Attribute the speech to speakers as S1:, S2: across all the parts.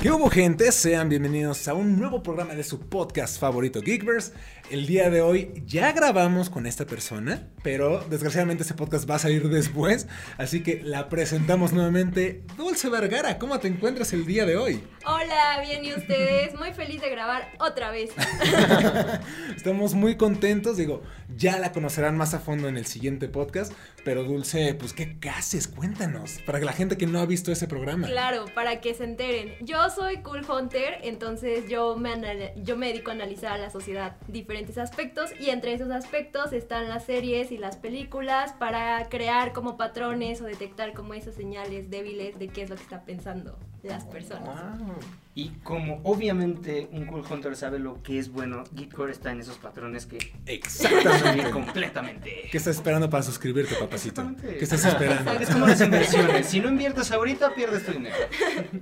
S1: ¿Qué hubo gente? Sean bienvenidos a un nuevo programa de su podcast favorito Geekverse. El día de hoy ya grabamos con esta persona, pero desgraciadamente ese podcast va a salir después, así que la presentamos nuevamente. Dulce Vergara, ¿cómo te encuentras el día de hoy?
S2: Hola, bien y ustedes, muy feliz de grabar otra vez.
S1: Estamos muy contentos, digo, ya la conocerán más a fondo en el siguiente podcast, pero Dulce, pues ¿qué haces? Cuéntanos, para la gente que no ha visto ese programa.
S2: Claro, para que se enteren. Yo soy Cool Hunter, entonces yo me, anal- yo me dedico a analizar a la sociedad diferentes aspectos y entre esos aspectos están las series y las películas para crear como patrones o detectar como esas señales débiles de qué es lo que están pensando las personas.
S1: Wow.
S3: Y como obviamente un Cool Hunter sabe lo que es bueno, Gitcore está en esos patrones que
S1: Exactamente.
S3: subir completamente.
S1: ¿Qué estás esperando para suscribirte, papacito?
S3: Exactamente.
S1: ¿Qué estás esperando?
S3: Es como las inversiones. Si no inviertes ahorita, pierdes tu dinero.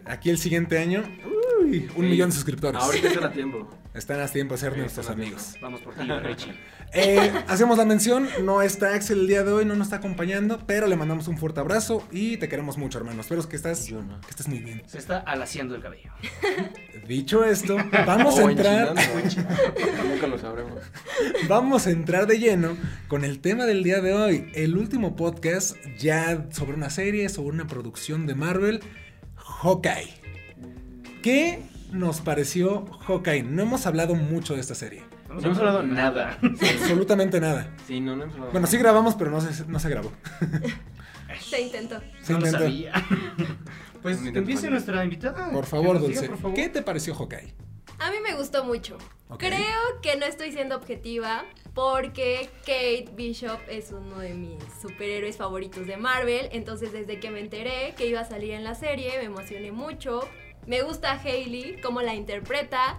S1: Aquí el siguiente año, uy, un
S4: Sí.
S1: millón de suscriptores.
S4: Ahorita es a tiempo.
S1: Están a tiempo de ser
S4: Sí,
S1: nuestros
S4: están a
S1: amigos.
S3: Vamos por ti, Richie.
S1: Eh, hacemos la mención, no está Axel el día de hoy, no nos está acompañando, pero le mandamos un fuerte abrazo y te queremos mucho, hermano. Espero que estás, que
S4: Yo no.
S1: estés muy bien.
S3: Se está alaciando el cabello.
S1: Dicho esto, vamos a
S4: O
S1: entrar,
S4: enchinando. Nunca lo sabremos.
S1: vamos a entrar de lleno con el tema del día de hoy, el último podcast ya sobre una serie, sobre una producción de Marvel, Hawkeye. ¿Qué nos pareció Hawkeye? No hemos hablado mucho de esta serie,
S3: No
S4: hemos hablado nada.
S1: absolutamente nada.
S4: Sí, no, no hemos hablado.
S1: Bueno, sí grabamos, pero no se, no se grabó.
S2: Se intentó.
S1: Se
S3: No lo
S1: intentó.
S3: sabía. Pues
S4: Un
S3: que
S4: intento
S3: empiece
S4: fallido.
S3: nuestra invitada.
S1: Por
S3: Ah, Que
S1: favor,
S3: nos diga,
S1: Dulce,
S3: por favor.
S1: ¿qué te pareció Hawkeye?
S2: A mí me gustó mucho.
S1: Ok.
S2: Creo que no estoy siendo objetiva porque Kate Bishop es uno de mis superhéroes favoritos de Marvel. Entonces desde que me enteré que iba a salir en la serie me emocioné mucho. Me gusta Hailey, cómo la interpreta.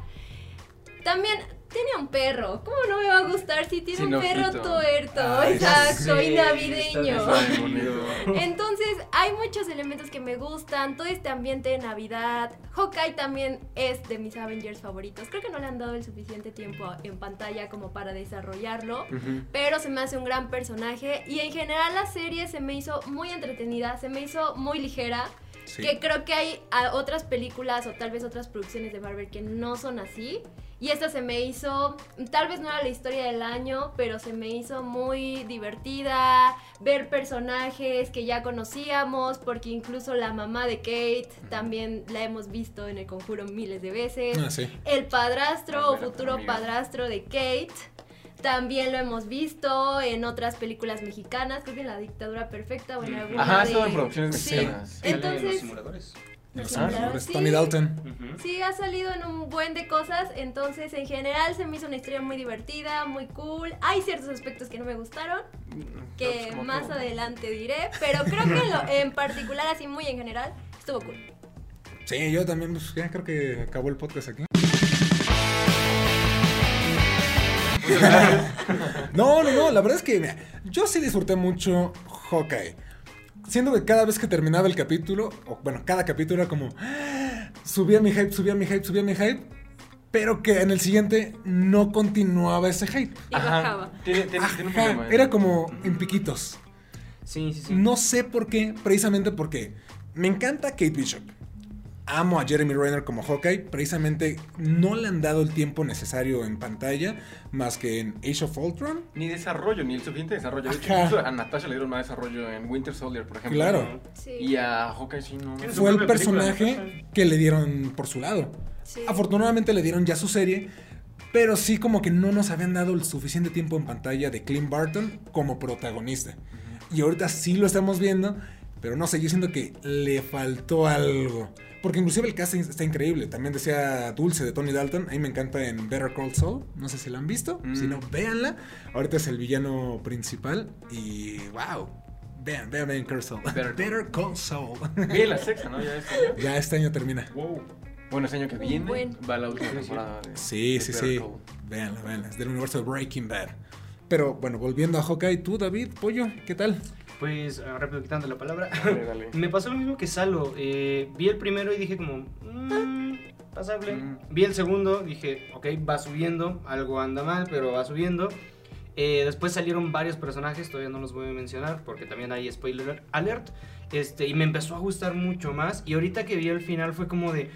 S2: También tiene un perro. ¿Cómo no me va a gustar si tiene
S4: Sin
S2: un perro
S4: ojito.
S2: tuerto?
S1: Ay, ya
S2: Exacto,
S3: Sí,
S2: y navideño.
S3: está desvalido.
S2: Entonces, hay muchos elementos que me gustan, todo este ambiente de Navidad. Hawkeye también es de mis Avengers favoritos. Creo que no le han dado el suficiente tiempo en pantalla como para desarrollarlo,
S4: Ujú.
S2: pero se me hace un gran personaje y en general la serie se me hizo muy entretenida, se me hizo muy ligera.
S1: Sí.
S2: Que creo que hay ah, otras películas o tal vez otras producciones de Marvel que no son así. Y esta se me hizo, tal vez no era la historia del año, pero se me hizo muy divertida ver personajes que ya conocíamos, porque incluso la mamá de Kate también la hemos visto en el conjuro miles de veces.
S1: Ah, sí.
S2: El padrastro o
S4: Primera
S2: futuro
S4: Ah, pues, amiga.
S2: padrastro de Kate. También lo hemos visto en otras películas mexicanas, creo que en La Dictadura Perfecta o en alguna
S4: Ajá,
S2: de...
S4: estaba en producciones
S2: Sí.
S4: mexicanas.
S3: Sale en los
S2: Entonces-
S3: simuladores.
S1: Los
S2: Ah,
S1: simuladores.
S2: sí.
S1: Tony Dalton.
S3: Ujú.
S2: Sí, ha salido en un buen de cosas, entonces en general se me hizo una historia muy divertida, muy cool. Hay ciertos aspectos que no me gustaron, que
S4: Pues, como
S2: más
S4: todo.
S2: adelante diré, pero creo que en, lo- en particular, así muy en general, estuvo cool.
S1: Sí, yo también, pues, ya creo que acabó el podcast aquí. no, no, no, la verdad es que mira, yo sí disfruté mucho Hawkeye. Siendo que cada vez que terminaba el capítulo, o bueno, cada capítulo era como, "Ah", subía mi hype, subía mi hype, subía mi hype, pero que en el siguiente no continuaba ese hype.
S2: Y
S4: Ajá.
S2: bajaba.
S4: Tiene, tiene- tiene un
S1: Ajá,
S4: problema. ¿eh?
S1: era como en piquitos.
S4: Sí, sí, sí.
S1: No sé por qué, precisamente porque me encanta Kate Bishop. Amo a Jeremy Renner como Hawkeye, precisamente no le han dado el tiempo necesario en pantalla, más que en Age of Ultron.
S4: Ni desarrollo, ni el suficiente desarrollo. De hecho,
S1: Ajá.
S4: incluso a Natasha le dieron más desarrollo en Winter Soldier, por ejemplo.
S1: Claro.
S2: Sí.
S4: Y a Hawkeye sí, no.
S3: Tiene su
S1: Fue el
S3: propia película,
S1: personaje
S3: Natasha.
S1: que le dieron por su lado.
S2: Sí.
S1: Afortunadamente le dieron ya su serie, pero sí como que no nos habían dado el suficiente tiempo en pantalla de Clint Barton como protagonista. Y ahorita sí lo estamos viendo, pero no sé, yo siento que le faltó algo. Porque inclusive el casting está increíble. También decía Dulce de Tony Dalton. A mí me encanta en Better Call Saul. No sé si la han visto.
S4: Mm.
S1: Si no, véanla. Ahorita es el villano principal. Y wow. Vean, vean, vean Call Saul.
S4: Better
S1: Better,
S4: Call-
S1: Call Saul.
S4: Ve la sexta, ¿no? Ya este año.
S1: ya este año termina.
S4: Wow. Bueno, ese año que
S2: Un
S4: viene
S2: buen.
S4: va la última temporada. de-
S1: Sí,
S4: de
S1: sí,
S4: Better
S1: sí.
S4: Call.
S1: Veanla, veanla. Es del universo de Breaking Bad. Pero bueno, volviendo a Hawkeye, tú, David, pollo, ¿qué tal?
S3: Pues, ah, rápido quitando la palabra.
S4: Dale, dale.
S3: Me pasó lo mismo que Salo. eh, vi el primero y dije como, "Mm, pasable.
S4: Mm.
S3: Vi el segundo, dije, ok, va subiendo, algo anda mal, pero va subiendo. Eh, después salieron varios personajes, todavía no los voy a mencionar porque también hay spoiler alert. Este, y me empezó a gustar mucho más. Y ahorita que vi el final fue como de,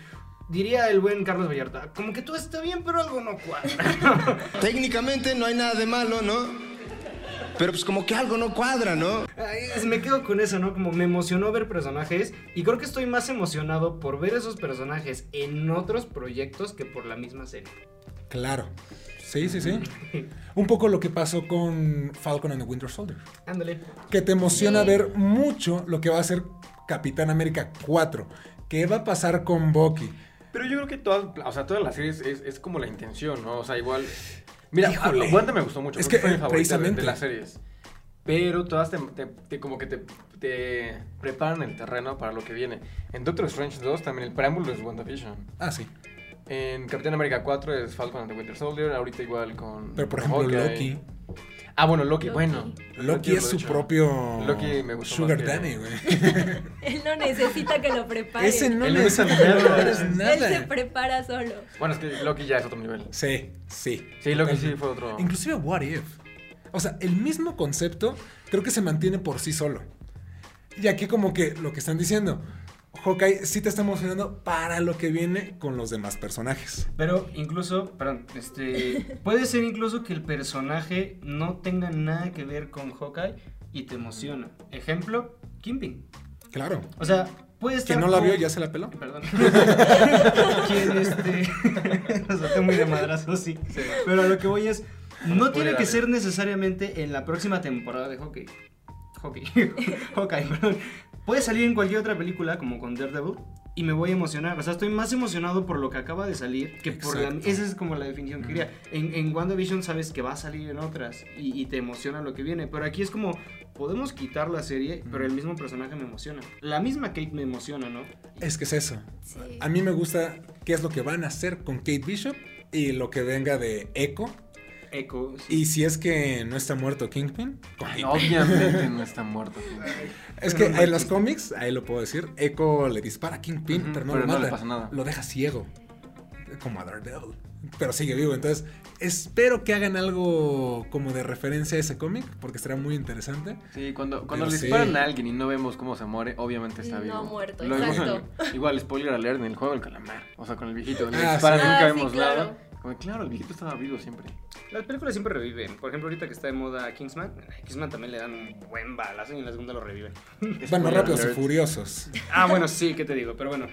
S3: diría el buen Carlos Vallarta, como que todo está bien, pero algo no cuadra.
S5: Técnicamente no hay nada de malo, ¿no? Pero pues como que algo no cuadra, ¿no?
S3: Ay, es- me quedo con eso, ¿no? Como me emocionó ver personajes y creo que estoy más emocionado por ver esos personajes en otros proyectos que por la misma serie.
S1: Claro. Sí, sí, sí. Un poco lo que pasó con Falcon and the Winter Soldier.
S3: Ándale.
S1: Que te emociona
S2: Sí.
S1: ver mucho lo que va a ser Capitán América 4. ¿Qué va a pasar con Bucky?
S4: Pero yo creo que todas, o sea, todas las series es, es como la intención, ¿no? O sea, igual. Mira,
S1: Híjole.
S4: ah, Wanda me gustó mucho.
S1: Es que,
S4: creo fue mi
S1: eh,
S4: favorita de-
S1: precisamente.
S4: de las series. Pero todas te, te- te- como que te, te preparan el terreno para lo que viene. En Doctor Strange 2 también el preámbulo es WandaVision.
S1: Ah, sí.
S4: En Capitán América 4 es Falcon and the Winter Soldier. Ahorita igual con.
S1: Pero por
S4: con
S1: ejemplo,
S4: Hawkeye.
S1: Loki.
S4: Ah, bueno, Loki,
S2: Loki.
S4: bueno.
S1: Loki es
S4: lo
S1: su
S4: hecho.
S1: propio
S4: Loki me gustó
S1: Sugar
S4: más que-
S1: Daddy, güey.
S2: Él no necesita que lo prepare.
S1: Ese no
S4: Él no
S1: le
S4: usa nada.
S1: nada.
S2: Él se
S1: nada.
S2: prepara solo.
S4: Bueno, es que Loki ya es otro nivel.
S1: Sí, sí.
S4: Sí, Loki
S1: Totalmente.
S4: sí fue otro.
S1: Inclusive What If. O sea, el mismo concepto creo que se mantiene por sí solo. Y aquí como que lo que están diciendo, Hawkeye sí te está emocionando para lo que viene con los demás personajes.
S3: Pero incluso, perdón, este, puede ser incluso que el personaje no tenga nada que ver con Hawkeye y te emociona. Ejemplo, Kimping.
S1: Claro.
S3: O sea, puede estar...
S1: Quien no la
S3: con-
S1: vio ya se la peló.
S3: Perdón. Quien este... Nos salté muy de madrazo, sí. Pero a lo que voy es, no
S4: Muy
S3: tiene
S4: grave.
S3: que ser necesariamente en la próxima temporada de Hawkeye. Hawkeye. Hawkeye, perdón. Puede salir en cualquier otra película, como con Daredevil, y me voy a emocionar. O sea, estoy más emocionado por lo que acaba de salir que por la...
S1: Exacto.
S3: Esa es como la definición que quería. En, en WandaVision sabes que va a salir en otras y, y te emociona lo que viene. Pero aquí es como, podemos quitar la serie, pero el mismo personaje me emociona. La misma Kate me emociona, ¿no?
S1: Es que es eso.
S2: Sí.
S1: A mí me gusta qué es lo que van a hacer con Kate Bishop y lo que venga de Echo.
S3: Echo. sí.
S1: Y si es que no está muerto Kingpin. con Kingpin.
S4: Obviamente no está muerto.
S1: Es que en los cómics, ahí lo puedo decir, Echo le dispara a Kingpin,
S4: Ujú,
S1: pero no
S4: pero
S1: lo
S4: no
S1: mata.
S4: le pasa nada.
S1: Lo deja ciego. Como a Daredevil. Pero sigue vivo. Entonces, espero que hagan algo como de referencia a ese cómic, porque será muy interesante.
S4: Sí, cuando, cuando
S1: Pero
S4: le
S1: sí.
S4: disparan a alguien y no vemos cómo se muere, obviamente está
S2: No
S4: vivo.
S2: ha muerto,
S4: vimos en-
S2: exacto.
S4: igual, spoiler alert, en el juego del calamar. O sea, con el viejito. Le
S1: Ah,
S4: disparan,
S1: sí.
S4: nunca
S2: Ah, sí,
S4: vemos
S2: claro.
S4: nada. Como, claro, el viejito estaba vivo siempre.
S3: Las películas siempre reviven. Por ejemplo, ahorita que está de moda Kingsman, a Kingsman también le dan un buen balazo y en la segunda lo reviven.
S1: Bueno,
S4: Spoiler
S1: rápidos y
S4: alert.
S1: furiosos.
S3: Ah, bueno, sí, ¿qué te digo? Pero bueno,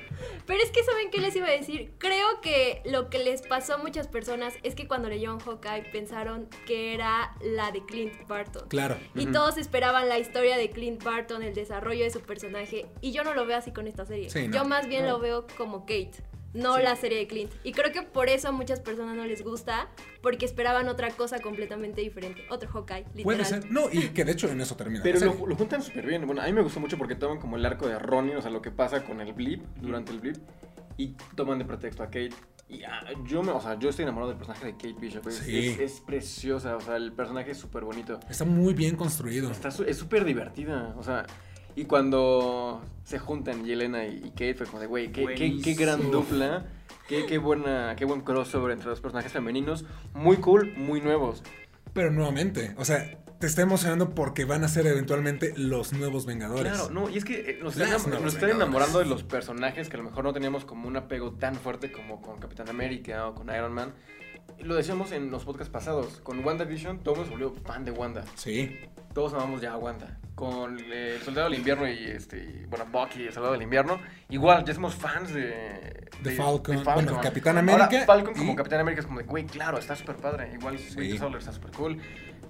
S2: Pero es que saben qué les iba a decir. Creo que lo que les pasó a muchas personas es que cuando leyeron Hawkeye pensaron que era la de Clint Barton.
S1: Claro.
S2: Y
S4: Ujú.
S2: todos esperaban la historia de Clint Barton, el desarrollo de su personaje. Y yo no lo veo así con esta serie.
S1: Sí, no.
S2: Yo más bien
S4: No.
S2: lo veo como Kate, no
S4: Sí.
S2: la serie de Clint. Y creo que por eso a muchas personas no les gusta, porque esperaban otra cosa completamente diferente. Otro Hawkeye, literal.
S1: Puede ser. No, y que de hecho en eso termina.
S4: Pero
S1: la serie.
S4: lo, lo juntan súper bien. Bueno, a mí me gustó mucho porque toman como el arco de Ronnie, o sea, lo que pasa con el blip, durante el blip, y toman de pretexto a Kate. Y ah, yo, me, o sea, yo estoy enamorado del personaje de Kate Bishop. Es,
S1: Sí.
S4: es- es preciosa, o sea, el personaje es súper bonito.
S1: Está muy bien construido.
S4: Está su- es súper divertida, o sea, y cuando se juntan Yelena y, y Kate, fue como de, güey, qué, qué- qué gran
S3: Buenísimo.
S4: dupla, qué, qué, buena, qué buen crossover entre los personajes femeninos, muy cool, muy nuevos.
S1: Pero nuevamente, o sea, te está emocionando porque van a ser eventualmente los nuevos Vengadores.
S4: Claro, no, y es que eh, nos,
S1: Las
S4: están,
S1: nuevas
S4: nos están
S1: Vengadoras.
S4: enamorando de los personajes que a lo mejor no teníamos como un apego tan fuerte como con Capitán América o con Iron Man. Lo decíamos en los podcasts pasados, con WandaVision todo mundo se volvió fan de Wanda.
S1: Sí.
S4: todos amamos ya aguanta. Con eh, el Soldado del Invierno y este, y, bueno, Bucky y el Soldado del Invierno, igual ya somos fans de,
S1: De Falcon, bueno, Capitán América
S4: Ahora, Falcon
S1: y-
S4: como Capitán América es como de, güey, claro, está súper padre. Igual
S1: Sí.
S4: Winter Soldier está súper cool.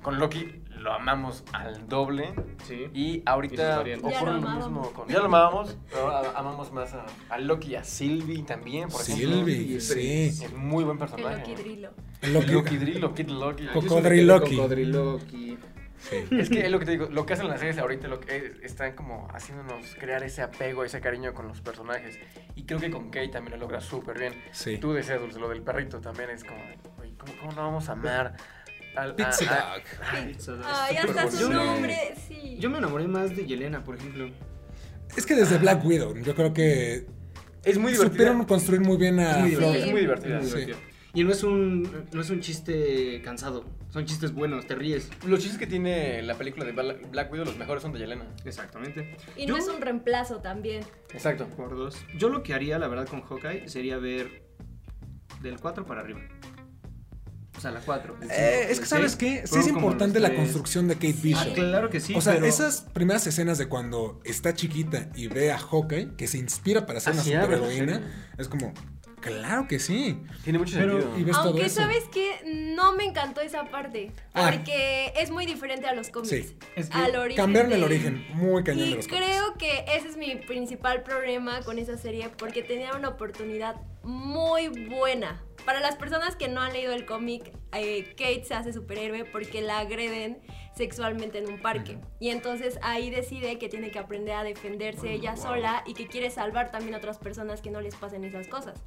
S4: Con Loki lo amamos al doble.
S3: sí.
S4: Y
S3: Y sus
S4: ahorita
S3: variantes.
S2: Ya
S4: ocurre
S2: lo
S4: lo
S2: amábamos.
S4: mismo con- Ya lo amábamos, pero ahora amamos más a, a Loki y a Sylvie también, por ejemplo.
S1: Sylvie, sí.
S4: Es muy buen
S2: El
S4: personaje.
S2: Loki Drilo.
S1: Lo que-
S4: Loki Drilo, Kid Loki.
S1: Yo Cocodriloqui.
S3: Cocodriloqui.
S4: Es que es lo que te digo, lo que hacen las series ahorita, lo que es- están como haciéndonos crear ese apego, ese cariño con los personajes. Y creo que con Kate también lo logra súper bien.
S1: Sí.
S4: Tú decías, Dulce, lo del perrito también es como, de, "Güey, ¿cómo, cómo no vamos a amar al a-
S1: Pizza
S4: a-
S1: Dog.
S4: Ay,
S2: Ay,
S4: súper
S2: hasta su
S4: bonito.
S2: nombre, sí.
S3: Yo me enamoré más de Yelena, por ejemplo.
S1: Es que desde Black Widow, yo creo que
S4: Es muy divertido.
S1: supieron construir muy bien a
S3: Es muy
S1: Flor.
S4: Ah,
S3: divertida.
S4: Es muy divertida.
S3: Muy
S1: Sí.
S3: divertido. Y no es un, no es un chiste cansado. Son chistes buenos, te ríes.
S4: Los chistes que tiene la película de Bla- Black Widow, los mejores son de Yelena.
S3: Exactamente.
S2: Y
S3: Yo-
S2: no es un reemplazo también.
S4: Exacto.
S3: Por dos. Yo lo que haría, la verdad, con Hawkeye sería ver del 4 para arriba. O sea, la 4.
S1: Eh, es que, ¿sabes qué? Sí es importante la construcción de Kate
S3: Ah,
S1: Bishop.
S3: claro que sí.
S1: o sea,
S3: pero-
S1: esas primeras escenas de cuando está chiquita y ve a Hawkeye, que se inspira para ser una
S4: Así abre la
S1: superheroína,
S4: serie.
S1: es como, claro que sí.
S4: Tiene mucho
S3: Pero-
S4: sentido.
S1: Y ves todo
S2: Aunque
S1: eso.
S2: sabes que no me encantó esa parte.
S1: Ah.
S2: Porque es muy diferente a los cómics.
S1: Sí.
S3: Es que
S2: al origen.
S1: Cambiarme el
S2: de-
S1: origen, muy cañón
S2: Y
S1: de los cómics.
S2: creo que ese es mi principal problema con esa serie porque tenía una oportunidad muy buena. Para las personas que no han leído el cómic, eh, Kate se hace superhéroe porque la agreden sexualmente en un parque. Y entonces ahí decide que tiene que aprender a defenderse ella sola y que quiere salvar también a otras personas que no les pasen esas cosas.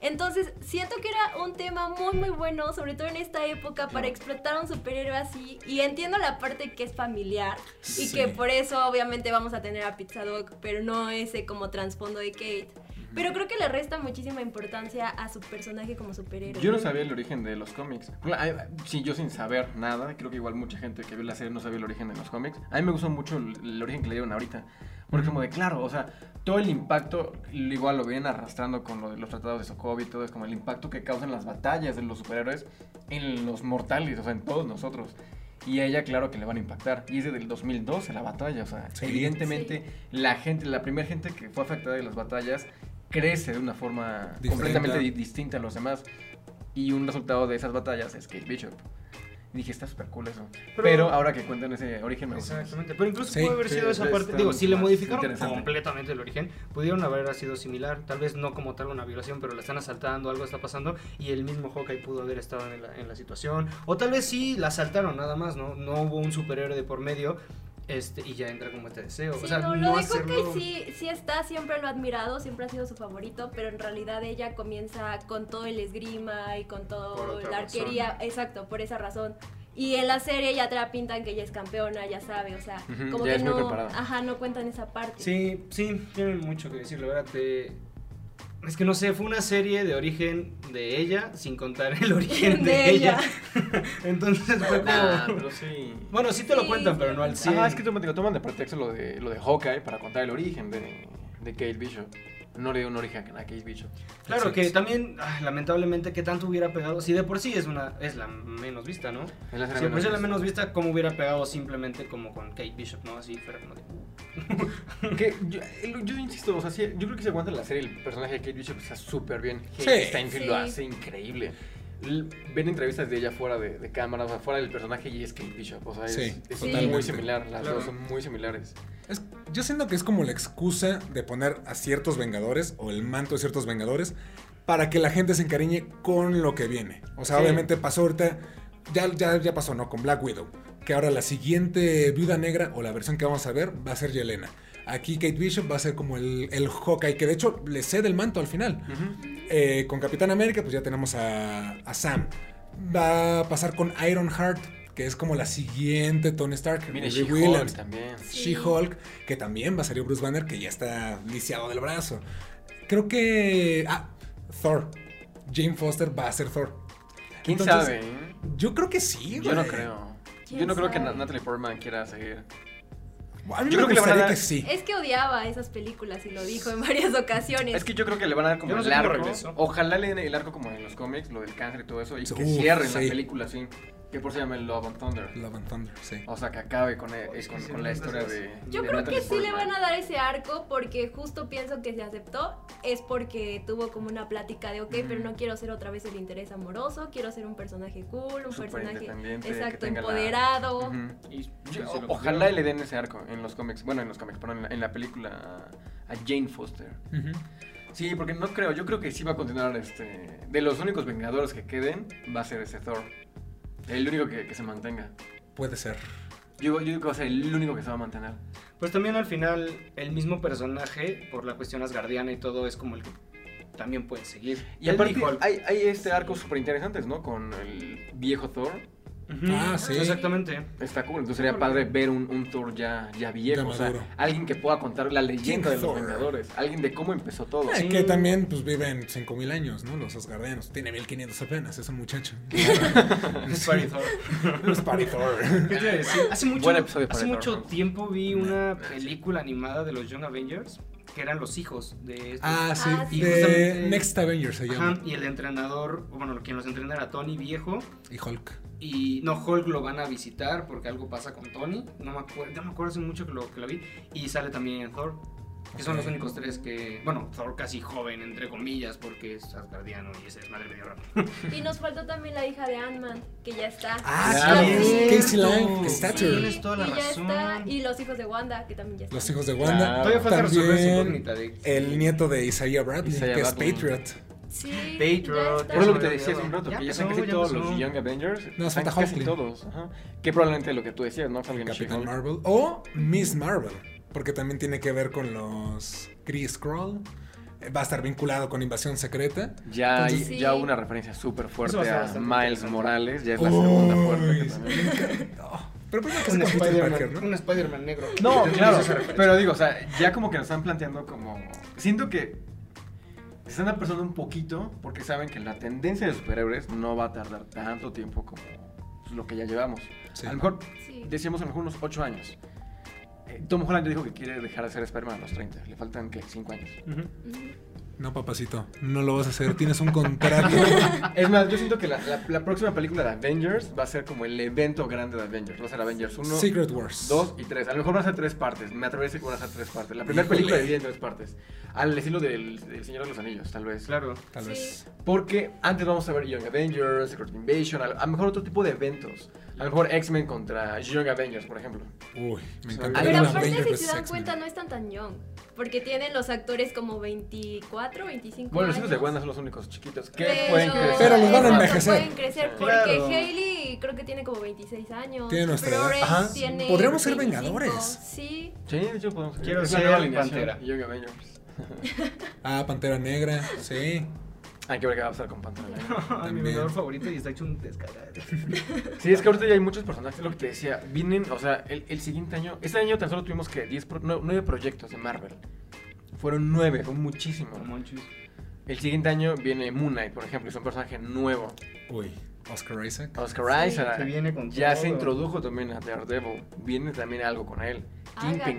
S2: Entonces, siento que era un tema muy, muy bueno, sobre todo en esta época, para explotar a un superhéroe así. Y entiendo la parte que es familiar y
S1: Sí.
S2: que por eso, obviamente, vamos a tener a Pizza Dog, pero no ese como trasfondo de Kate. Pero creo que le resta muchísima importancia a su personaje como superhéroe.
S4: Yo no sabía el origen de los cómics. Bueno, a- Sí, yo sin saber nada, creo que igual mucha gente que vio la serie no sabía el origen de los cómics. A mí me gustó mucho el, el origen que le dieron ahorita. Porque como de, claro, o sea, todo el impacto, igual lo vienen arrastrando con lo de los tratados de Sokovia y todo, es como el impacto que causan las batallas de los superhéroes en los mortales, o sea, en todos nosotros. Y a ella, claro que le van a impactar. Y es desde el 2012 la batalla, o sea,
S1: Sí.
S4: evidentemente la gente, la primera gente que fue afectada de las batallas crece de una forma
S1: Diferente.
S4: completamente di- distinta a los demás. Y un resultado de esas batallas es Kate Bishop. Y dije, está súper cool eso. Pero, ahora que cuentan ese origen, me gusta.
S3: Exactamente, pero incluso
S1: Sí,
S3: puede haber
S4: sí,
S3: sido esa
S4: está
S3: parte. Digo, si le
S4: más
S3: modificaron
S4: interesante.
S3: completamente el origen, pudieron haber sido similar. Tal vez no como tal una violación, pero la están asaltando, algo está pasando y el mismo Hawkeye pudo haber estado en la, en la situación. O tal vez sí la asaltaron nada más, ¿no? No hubo un superhéroe de por medio este, y ya entra como este deseo.
S2: Sí,
S3: o sea,
S2: no,
S3: no,
S2: lo de
S3: hacerlo.
S2: Hawkeye sí, sí está, siempre lo ha admirado, siempre ha sido su favorito, pero en realidad ella comienza con todo el esgrima y con
S3: Por
S2: todo
S3: otra
S2: la
S3: razón.
S2: arquería, exacto, por esa razón. Y en la serie ya te la pintan que ella es campeona, ya sabe, o sea,
S4: Ujú,
S2: como
S4: ya
S2: que
S4: es muy
S2: no,
S4: preparada.
S2: ajá, no cuentan esa parte.
S3: Sí, sí, tienen mucho que decir, la verdad. te- Es que no sé, fue una serie de origen de ella, sin contar el origen de,
S2: De
S3: ella.
S2: ella.
S3: Entonces fue como.
S4: Ah, pero sí.
S3: Bueno, sí te lo
S2: Sí,
S3: cuentan,
S2: sí
S3: pero
S2: lo
S3: no al
S4: Sí.
S3: 100.
S4: Ajá, es que toman, digo, toman de pretexto lo de, lo de Hawkeye para contar el origen de, de Kate Bishop. No le dio un origen a Kate Bishop.
S3: Claro que también, ah, lamentablemente, que tanto hubiera pegado. Si de por sí es una es la menos vista, ¿no?
S4: Es la
S3: Si
S4: serie
S3: de por sí es la
S4: vista.
S3: menos vista, ¿cómo hubiera pegado simplemente como con Kate Bishop, ¿no? Así fuera como de.
S4: Que yo, el- yo insisto, o sea, sí, yo creo que se aguanta la serie. El personaje de Kate Bishop está súper bien.
S1: Sí.
S4: Haley Steinfeld lo
S2: Sí.
S4: hace increíble. L- Ven entrevistas de ella fuera de, de cámara, o sea, fuera del personaje y es Kate Bishop. O sea, es,
S1: Sí,
S4: es
S2: Sí.
S4: muy similar. Las
S3: Claro.
S4: dos son muy similares.
S1: Es- yo siento que es como la excusa de poner a ciertos Vengadores o el manto de ciertos Vengadores para que la gente se encariñe con lo que viene. O sea,
S4: Sí.
S1: obviamente pasó ahorita, ya, ya, ya pasó, ¿no? Con Black Widow. Que ahora la siguiente viuda negra o la versión que vamos a ver va a ser Yelena. Aquí Kate Bishop va a ser como el, el Hawkeye, que de hecho le cede el manto al final. Eh, con Capitán América, pues ya tenemos a, a Sam. Va a pasar con Iron Heart, que es como la siguiente Tony Stark.
S4: Mira,
S1: Riri
S4: She-Hulk también.
S2: Sí.
S1: She-Hulk, que también va a salir Bruce Banner, que ya está lisiado del brazo. Creo que. Ah, Thor. Jane Foster va a ser Thor.
S4: ¿Quién
S1: Entonces,
S4: sabe? eh?
S1: Yo creo que sí,
S4: Yo no
S1: güey.
S4: creo.
S2: ¿Quién
S4: Yo no creo que
S2: sabe?
S4: Na- Natalie Portman quiera seguir.
S1: A mí
S4: Yo
S1: me
S4: creo que le van a
S1: gustaría
S4: dar-
S1: que sí.
S2: Es que odiaba esas películas y lo dijo en varias ocasiones.
S4: Es que yo creo que le van a dar como
S3: Yo no
S4: el
S3: sé cómo
S4: arco.
S3: regresó.
S4: Ojalá le den el arco como en los cómics, lo del cáncer y todo eso, y que
S1: Uf,
S4: cierren
S1: sí.
S4: la película así. Que por eso se llama Love and Thunder.
S1: Love and Thunder, sí.
S4: O sea, que acabe con, eh,
S3: Es que
S4: con,
S3: sí,
S4: con la
S3: no
S4: historia
S3: sé.
S4: de.
S2: Yo
S4: de
S2: creo
S4: Natalie
S2: que sí le
S4: Portman.
S2: van a dar ese arco porque justo pienso que se aceptó es porque tuvo como una plática de, ok, pero no quiero ser otra vez el interés amoroso, quiero ser un personaje cool, un
S4: Súper
S2: personaje
S4: independiente, que
S2: exacto,
S4: tenga la-
S2: empoderado.
S4: Ujú.
S3: Y-
S4: Yo-
S3: se lo
S4: ojalá
S3: pusieron.
S4: le den ese arco en los cómics. Bueno, en los cómics, perdón, en la, en la película a, a Jane Foster.
S1: Ujú.
S4: Sí, porque no creo. Yo creo que sí va a continuar este. De los únicos Vengadores que queden, va a ser ese Thor. El único que, que se mantenga.
S1: Puede ser.
S4: Yo, yo digo que va a ser el único que se va a mantener.
S3: Pues también al final, el mismo personaje, por la cuestión asgardiana y todo, es como el que también puede seguir.
S4: Y aparte,
S3: Hulk.
S4: hay, hay este arco súper interesantes, ¿no? Con el viejo Thor
S3: Ujú.
S1: Ah, sí.
S3: Exactamente.
S4: Está cool. Entonces sería padre ver un, un Thor ya, ya viejo.
S1: Ya
S4: o sea,
S1: maduro.
S4: alguien que pueda contar la leyenda de los
S1: Thor.
S4: Vengadores. Alguien de cómo empezó todo.
S1: Ah,
S3: Sí.
S1: Que también pues viven 5000 años, ¿no? Los asgardianos. Tiene 1500 apenas, es un muchacho.
S3: Es Party Thor.
S1: es Party Thor.
S3: ¿Qué te iba a decir? Hace mucho,
S4: Buen episodio para
S3: hace
S4: Thor,
S3: mucho
S4: ¿no?
S3: tiempo vi una película animada de los Young Avengers que eran los hijos de estos.
S1: Ah, sí.
S2: Ah, sí.
S1: de
S3: Y justamente-
S1: Next Avenger se llama.
S3: Ajá, y el entrenador, o bueno, quien los entrena era Tony Viejo.
S1: Y Hulk.
S3: Y no, Hulk lo van a visitar porque algo pasa con Tony. No me acuerdo, no me acuerdo hace mucho que lo, que lo vi. Y sale también Thor. Que son los
S1: Ok.
S3: únicos tres que. Bueno, Thor casi joven, entre comillas, porque es asgardiano y ese es madre medio raro.
S2: Y nos faltó también la hija de Ant-Man, que ya está.
S1: Ah,
S2: sí,
S1: sí. Casey
S3: cierto.
S1: Lang,
S3: Sí,
S1: Stature.
S3: Tienes toda la
S2: y ya
S3: razón.
S2: está. Y los hijos de Wanda, que también ya están.
S1: Los hijos de Wanda.
S4: Claro.
S3: Todavía falta resolver esa
S1: También
S3: incógnita de.
S1: El nieto de Isaiah Bradley,
S4: Isaiah
S1: que
S4: Bradley.
S1: es Patriot.
S2: Sí, ya
S3: Patriot.
S2: está.
S4: Por eso lo
S3: Ya
S4: que te
S3: me
S4: decía
S3: había
S4: hace un rato,
S3: olvidado.
S4: que
S3: Ya
S4: ya están
S3: empezó,
S4: casi
S3: ya
S4: todos
S3: empezó.
S4: los Young Avengers.
S1: No,
S4: están
S1: falta
S4: casi
S1: Hulkling.
S4: todos. Ajá. Que probablemente lo que tú decías, ¿no? Que alguien en
S1: Capitán
S4: She-Hulk.
S1: Marvel. O Miss Marvel. Porque también tiene que ver con los Kree Skrull. Eh, Va a estar vinculado con Invasión Secreta.
S4: Ya, hay-
S2: Entonces,
S4: ya
S2: sí.
S4: hubo una referencia súper fuerte
S3: Eso va a estar
S4: a
S3: bastante
S4: Miles
S3: interesante.
S4: Morales, ya es la
S1: Uy,
S4: segunda fuerte. que
S1: sí.
S4: también-
S1: No. Pero primero que
S3: Un
S1: sea con Peter
S3: Spider-Man
S1: Parker, ¿no?
S3: un Spider-Man negro.
S4: No,
S3: Que
S4: claro,
S3: tenemos esa referencia.
S4: pero digo, o sea, ya como que nos están planteando como... Siento que se están apresando un poquito porque saben que la tendencia de superhéroes no va a tardar tanto tiempo como pues, lo que ya llevamos.
S1: Sí.
S4: A lo mejor
S2: Sí.
S4: decíamos a lo mejor unos 8 años. Eh, Tom Holland ya dijo que quiere dejar de ser Spider-Man a los 30. Le faltan, ¿qué? 5 años.
S3: Ujú.
S1: No, papacito. No lo vas a hacer. Tienes un contrato.
S4: Es más, yo siento que la, la- la próxima película de Avengers va a ser como el evento grande de Avengers. Va a ser Avengers 1,
S1: Secret Wars.
S4: 2 y 3. A lo mejor van a ser tres partes. Me atrevo a decir que van a ser tres partes. La primera
S1: Híjole.
S4: película dividida en tres partes. Al estilo del, del Señor de los Anillos, tal vez.
S3: Claro.
S1: Tal
S2: Sí.
S1: vez.
S4: Porque antes vamos a ver Young Avengers, Secret Invasion, a lo, a lo mejor otro tipo de eventos. A lo mejor X-Men contra Young Avengers, por ejemplo.
S1: Uy, me
S4: Sí.
S1: encanta.
S2: Pero
S4: Iron
S2: aparte, si se dan cuenta, no están tan young. Porque tienen los actores como 24, 25
S4: Bueno, los
S2: años.
S4: hijos de Wanda son los únicos chiquitos que
S2: pero,
S4: pueden crecer.
S1: Pero los van a
S2: exacto,
S1: envejecer.
S2: Pueden crecer
S4: Sí.
S2: porque
S3: Claro.
S2: Hailey creo que tiene como 26 años.
S1: Tiene nuestra edad.
S2: Florence
S1: Ajá.
S2: tiene
S1: Podríamos ser
S2: 25.
S1: Vengadores.
S2: Sí.
S4: Sí, de hecho podemos.
S3: Quiero
S4: es la
S3: ser
S4: nueva alineación,
S3: Pantera.
S4: Young Avengers.
S1: Ah, Pantera Negra. Sí.
S4: Hay que ver qué va a pasar con Pantera. Negra.
S3: Ay, Ah, mi
S1: También.
S3: vengador favorito y está hecho un descagado.
S4: Sí, es que ahorita ya hay muchos personajes, lo que te decía, vienen, o sea, el, el siguiente año, este año tan solo tuvimos que 10 pro- nue- nueve proyectos de Marvel. Fueron nueve, fue muchísimo.
S3: Monchis.
S4: El siguiente año viene Moon Knight, por ejemplo, es un personaje nuevo.
S1: Uy. Oscar Isaac.
S4: Oscar Isaac.
S3: Se viene con
S4: Ah, ya
S3: todo.
S4: se introdujo también a Daredevil. Viene también algo con él. Kingpin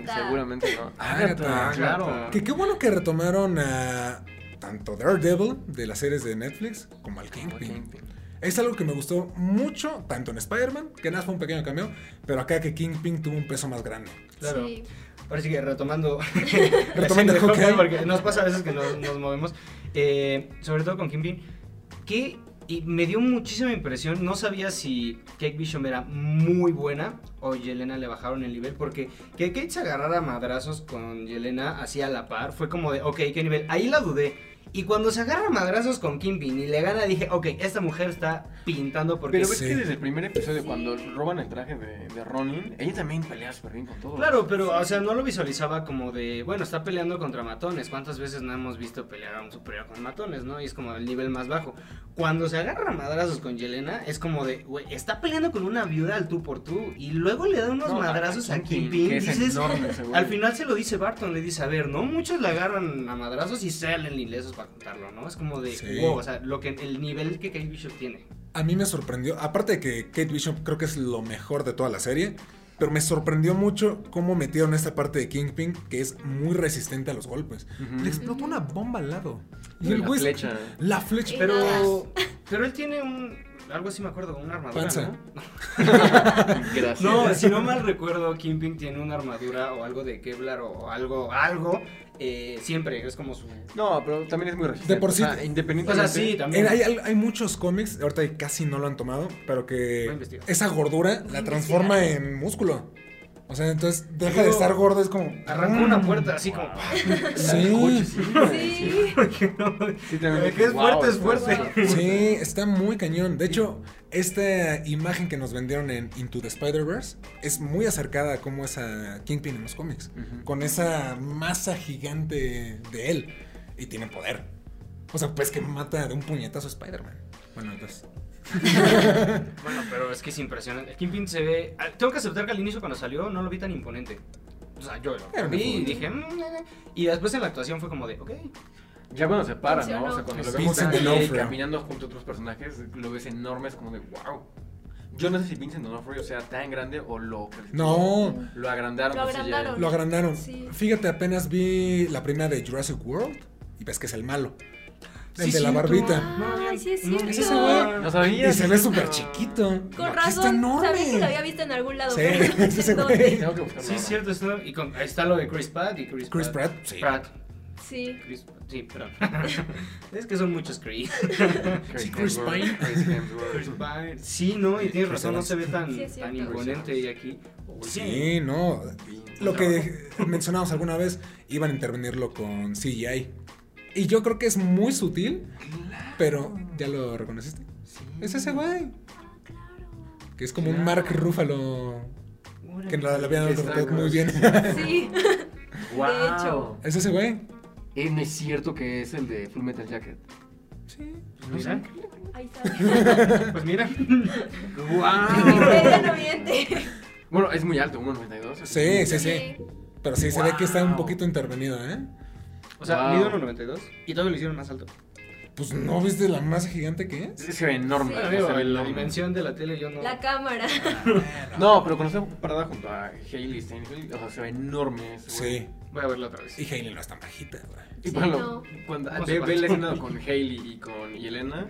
S2: Ah, Agatha.
S4: seguramente no.
S3: Ah,
S1: Agatha,
S4: claro.
S1: Que qué bueno que retomaron a tanto Daredevil de las series de Netflix como al
S4: Como
S1: Kingpin.
S4: Kingpin.
S1: Es algo que me gustó mucho, tanto en Spider-Man, que nada fue un pequeño cameo, pero acá que Kingpin tuvo un peso más grande.
S3: Claro.
S2: Sí.
S3: Ahora sí que retomando.
S1: Retomando
S3: la escena de
S1: Hawkeye.
S3: Hawkeye, Porque nos pasa a veces que nos, nos movemos. eh, sobre todo con Kimpin. Que y me dio muchísima impresión. No sabía si Kate Bishop era muy buena o Yelena le bajaron el nivel. Porque que Kate se agarrara a madrazos con Yelena así a la par fue como de, ok, ¿qué nivel? Ahí la dudé. Y cuando se agarra a madrazos con Kimpin y le gana, dije, ok, esta mujer está pintando porque
S4: Pero ves
S1: Sí.
S4: que desde el primer episodio,
S2: Sí.
S4: cuando roban el traje de, de Ronin, ella también pelea súper bien con todo.
S3: Claro, pero, o sea, no lo visualizaba como de, bueno, está peleando contra matones. ¿Cuántas veces no hemos visto pelear a un superior con matones, no? Y es como el nivel más bajo. Cuando se agarra a madrazos con Yelena, es como de, güey, está peleando con una viuda al tú por tú. Y luego le da unos
S4: No,
S3: madrazos a
S4: Kingpin,
S3: Kingpin.
S4: que es
S3: dices,
S4: enorme ese güey.
S3: al final se lo dice Barton, le dice, a ver, ¿no? Muchos le agarran a madrazos y salen ilesos para contarlo, ¿no? Es como de,
S1: Sí.
S3: wow, o sea, lo que, el nivel que Kate Bishop tiene.
S1: A mí me sorprendió, aparte de que Kate Bishop creo que es lo mejor de toda la serie, pero me sorprendió mucho cómo metieron esta parte de Kingpin que es muy resistente a los golpes.
S4: Ujú.
S1: Le explotó una bomba al lado. Y
S4: Y
S1: el
S4: la
S1: güey-
S4: flecha.
S1: La flecha.
S2: Y nada.
S3: Pero, pero él tiene un, algo así me acuerdo, una armadura,
S1: Panza.
S3: ¿no?
S4: Gracias.
S3: No, si no mal recuerdo, Kingpin tiene una armadura o algo de Kevlar o algo, algo, eh, siempre, es como su...
S4: No, pero también es muy resistente.
S1: De por sí-
S4: O sea,
S3: O sea,
S4: independientemente.
S3: sí,
S1: Eh,
S3: también.
S1: Hay, hay- hay muchos cómics, ahorita casi no lo han tomado, pero
S3: Voy a
S1: que
S3: investigar.
S1: esa gordura la transforma en músculo. O sea, entonces deja de
S3: Luego,
S1: estar gordo, es como... "Mm,
S3: Arrancó una puerta así como...
S1: Sí,
S2: Sí.
S4: Sí, también
S3: Eh,
S4: dije,
S3: que es
S4: "Wow,
S3: fuerte, es
S4: está-
S3: fuerte".
S4: está-
S1: sí, está muy cañón. De hecho, esta imagen que nos vendieron en Into the Spider-Verse es muy acercada a cómo es a Kingpin en los cómics.
S4: Ujú.
S1: Con esa masa gigante de él. Y tiene poder. O sea, pues que mata de un puñetazo a Spider-Man. Bueno, entonces...
S3: Bueno, pero es que es impresionante. El Kingpin se ve. ah, Tengo que aceptar que al inicio cuando salió no lo vi tan imponente. O sea, yo
S1: Era
S3: lo
S1: una
S3: vi y
S1: figura.
S3: dije. "Mm, eh, eh". Y después en la actuación fue como de, ok.
S4: Ya cuando se paran, ¿no?
S2: Funcionó.
S4: O sea, cuando lo
S1: Es
S4: vemos
S1: Vincent
S4: ahí
S1: D'Onofrio.
S4: caminando junto a otros personajes, lo ves enorme, es como de wow. Yo no sé si Vincent D'Onofrio sea tan grande o lo
S1: No,
S4: lo agrandaron.
S2: Lo
S4: no sé, ya-
S2: agrandaron.
S1: lo agrandaron.
S2: Sí.
S1: Fíjate, apenas vi la primera de Jurassic World y ves que es el malo. El
S3: Sí,
S1: de la
S3: cierto.
S1: barbita.
S3: No,
S2: Ay,
S3: bien.
S2: sí es
S3: No,
S2: cierto.
S1: ese güey.
S4: No sabía.
S1: Y se ve súper chiquito.
S2: Con
S1: Aquí Está
S2: razón,
S1: enorme.
S2: sabía que lo había visto en algún lado.
S1: Sí,
S2: pero no sé
S1: ese
S2: dónde.
S1: güey.
S4: Tengo que buscarlo.
S3: Sí, es
S4: ahora.
S3: cierto. esto- y con- ahí está lo de Chris Pratt y Chris,
S1: Chris Pratt, sí.
S3: Pratt.
S2: Sí.
S3: Chris Pratt, Sí, perdón. es que son muchos Chris.
S1: Sí, Chris
S4: Hemsworth.
S1: Pine.
S4: Chris Hemsworth.
S3: Sí, no, y tienes razón, no se ve tan,
S2: Sí, es cierto.
S3: tan imponente y aquí.
S1: Sí, no. Lo que mencionamos alguna vez, iban a intervenirlo con CGI. Y yo creo que es muy sutil, pero ¿ya lo reconociste? Es ese güey. Que es como un Mark Ruffalo que lo, lo habían
S4: Está
S1: interpretado
S4: como-
S1: muy bien.
S2: Sí.
S4: Wow.
S2: De hecho.
S1: ¿Es ese güey?
S4: Eh, no es cierto que es el de Full Metal Jacket.
S1: Sí.
S3: Mira,
S2: Ahí está.
S3: pues mira.
S2: Wikipedia no miente.
S4: Bueno, es muy alto, 1.92.
S1: Sí, sí, sí.
S2: Sí.
S1: Pero sí, se ve que está un
S3: Wow.
S1: poquito intervenido, ¿eh?
S3: O sea,
S4: Wow.
S3: mide 1.92 y todo lo hicieron más alto.
S1: Pues no viste la masa gigante que es.
S4: Sí, Se ve enorme.
S2: Sí.
S4: o sea,
S3: Amigo,
S4: se ve
S3: la
S4: enorme.
S3: dimensión de la tele yo no.
S2: La cámara.
S4: No, pero cuando está parada junto a Hailey Steinfeld, o sea, se ve enorme. ese güey.
S1: Sí.
S3: Voy a verla otra vez.
S1: Y Hailey no es tan bajita, güey.
S4: Y
S2: Sí,
S4: bueno,
S2: no. Pues
S4: cuando
S3: No se
S4: ve, ve
S3: parece.
S4: la escena con Hailey y con y Elena,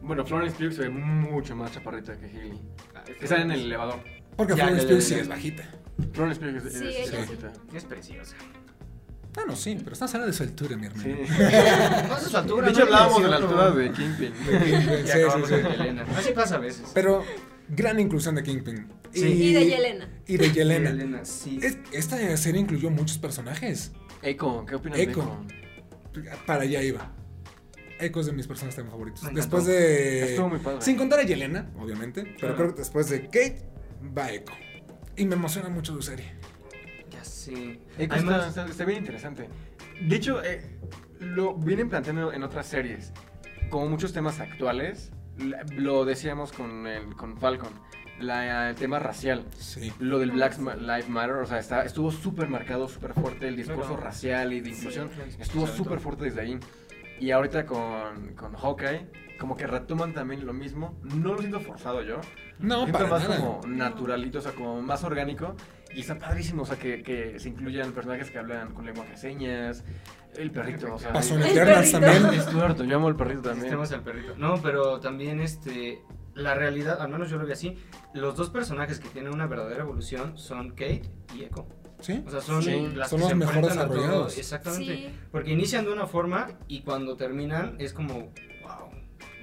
S4: bueno, Florence Pugh se ve mucho más chaparrita que Hailey.
S3: Ah,
S4: Está en el elevador.
S1: Porque
S3: Ya,
S1: Florence
S3: ya, ya,
S1: Pugh
S3: ya,
S1: sí
S3: ya.
S1: es bajita.
S4: Florence Pugh es,
S2: Sí,
S4: es- es
S2: ella sí.
S4: bajita.
S3: Es preciosa.
S1: Ah, no, sí, pero estás hablando de su altura, mi hermano.
S4: Sí.
S3: No es su altura.
S4: De hecho,
S3: no es
S4: hablábamos de la
S3: cierto.
S4: altura de Kingpin.
S1: Sí,
S3: Y
S1: sí,
S3: acabamos
S1: sí.
S3: con Elena. Así pasa a veces.
S1: Pero gran inclusión de Kingpin.
S3: Sí.
S2: Y de Yelena.
S1: Y de Yelena.
S3: Elena, sí.
S1: Es- esta serie incluyó muchos personajes.
S4: Echo, ¿qué opinas de
S1: Echo.
S4: Echo?
S1: Para allá iba. Echo es de mis personajes también favoritos.
S3: Me encantó.
S1: Después de.
S4: Estuvo muy padre.
S1: Sin contar a Yelena, obviamente. Pero
S3: Claro.
S1: creo que después de Kate, va Echo. Y me emociona mucho su serie.
S3: Ya sé.
S4: Echo
S3: Además,
S4: está, está- está bien interesante. De hecho, eh, lo vienen planteando en otras series. Como muchos temas actuales, la- lo decíamos con, el, con Falcon, la- el tema racial.
S1: Sí.
S4: Lo del Black Ma- Lives Matter, o sea, está, estuvo súper marcado, súper fuerte el discurso
S3: Claro.
S4: racial y de inclusión.
S3: Sí.
S4: Estuvo
S3: Sobre
S4: súper
S3: todo.
S4: fuerte desde ahí. Y ahorita con, con Hawkeye, como que retoman también lo mismo. No lo siento forzado yo.
S1: No,
S4: siento
S1: para
S4: más
S1: nada.
S4: como naturalito, o sea, como más orgánico. Y está padrísimo, o sea, que, que se incluyan personajes que hablan con lenguaje de señas. El perrito, o sea.
S1: Pasó en
S2: El
S1: Eternals
S2: perrito.
S1: también.
S4: Estuardo, yo amo el perrito también.
S3: Asistemos al perrito. No, pero también este la realidad, al menos yo lo vi así, los dos personajes que tienen una verdadera evolución son Kate y Echo.
S1: Sí.
S3: O sea, son
S4: Sí.
S3: las
S1: Son
S3: que
S1: los
S3: se
S1: mejor
S3: enfrentan a todo.
S1: desarrollados.
S3: Exactamente.
S2: Sí.
S3: Porque inician de una forma y cuando terminan es como wow.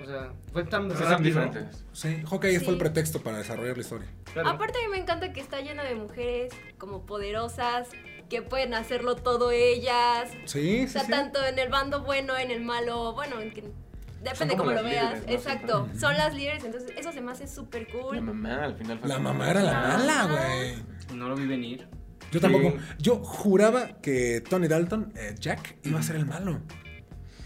S3: O sea, fue tan
S4: O sea, son
S3: rápido.
S4: diferentes.
S1: Sí. Hawkeye
S2: Sí.
S1: fue el pretexto para desarrollar la historia.
S3: Claro.
S2: Aparte a mí me encanta que está llena de mujeres como poderosas, que pueden hacerlo todo ellas.
S1: Sí,
S2: O
S1: sí.
S2: sea,
S1: sí.
S2: tanto en el bando bueno, en el malo, bueno, en que...
S4: Son
S2: Depende
S4: como
S2: cómo lo
S4: las
S2: veas.
S4: líderes, ¿no?
S2: Exacto.
S1: Siempre.
S2: Son las líderes, entonces eso se me hace súper
S4: La
S2: cool.
S4: mamá, al final. fue
S1: La
S4: como-
S1: mamá era la
S2: Ah.
S1: mala, güey.
S3: No lo vi venir.
S1: Yo tampoco. Yo juraba que Tony Dalton, eh, Jack, iba a ser el malo.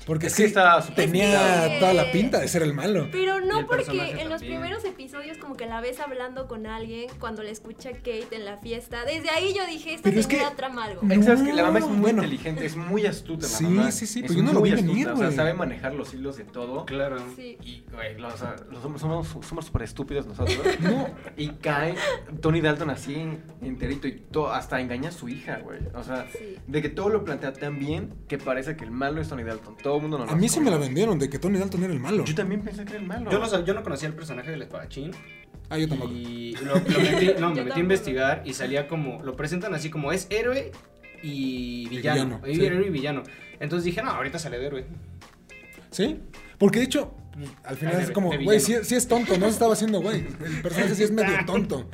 S1: Porque
S4: Es
S1: es
S4: que
S1: que
S4: estaba súper
S1: tenía
S2: pintado.
S1: toda la pinta de ser el malo.
S2: Pero
S3: Y
S2: no
S3: el
S2: porque
S3: personaje
S2: en los
S3: también.
S2: primeros episodios como que la ves hablando con alguien cuando la escucha Kate en la fiesta. Desde ahí yo dije, esta
S1: Pero es que-
S2: señora trama algo.
S1: No,
S4: Exacto, que la mamá es muy
S1: bueno.
S4: inteligente, es muy astuta la
S1: Sí,
S4: mamá.
S1: sí, sí,
S4: es
S1: pero yo no lo
S4: muy
S1: vi venir,
S4: astuta, O sea,
S1: güey.
S4: sabe manejar los hilos de todo.
S3: Claro.
S2: Sí.
S4: Y, güey, lo- o sea, los hombres somos somos súper estúpidos nosotros.
S1: No.
S4: Y cae Tony Dalton así enterito y to- hasta engaña a su hija, güey. O sea,
S2: Sí.
S4: de que todo lo plantea tan bien que parece que el malo es Tony Dalton. Todo el mundo nos
S1: A mí sí me la
S4: vendí.
S1: vendieron de que Tony Dalton era el malo.
S4: Yo también pensé que era el malo.
S3: Yo no sab- yo no conocía el personaje del espadachín.
S1: Ah, yo tampoco.
S3: Y lo, lo metí, no,
S2: Yo
S3: me metí a
S2: tampoco.
S3: investigar y salía como, lo presentan así como es héroe y villano.
S1: villano,
S3: y
S1: sí.
S3: héroe y villano. Entonces dije, no, ahorita sale de héroe.
S1: ¿Sí? Porque de hecho, al final
S3: Ay,
S1: es
S3: de-
S1: como,
S3: de
S1: güey, sí,
S3: villano.
S1: sí es tonto, no se estaba haciendo, güey. El personaje sí es medio tonto.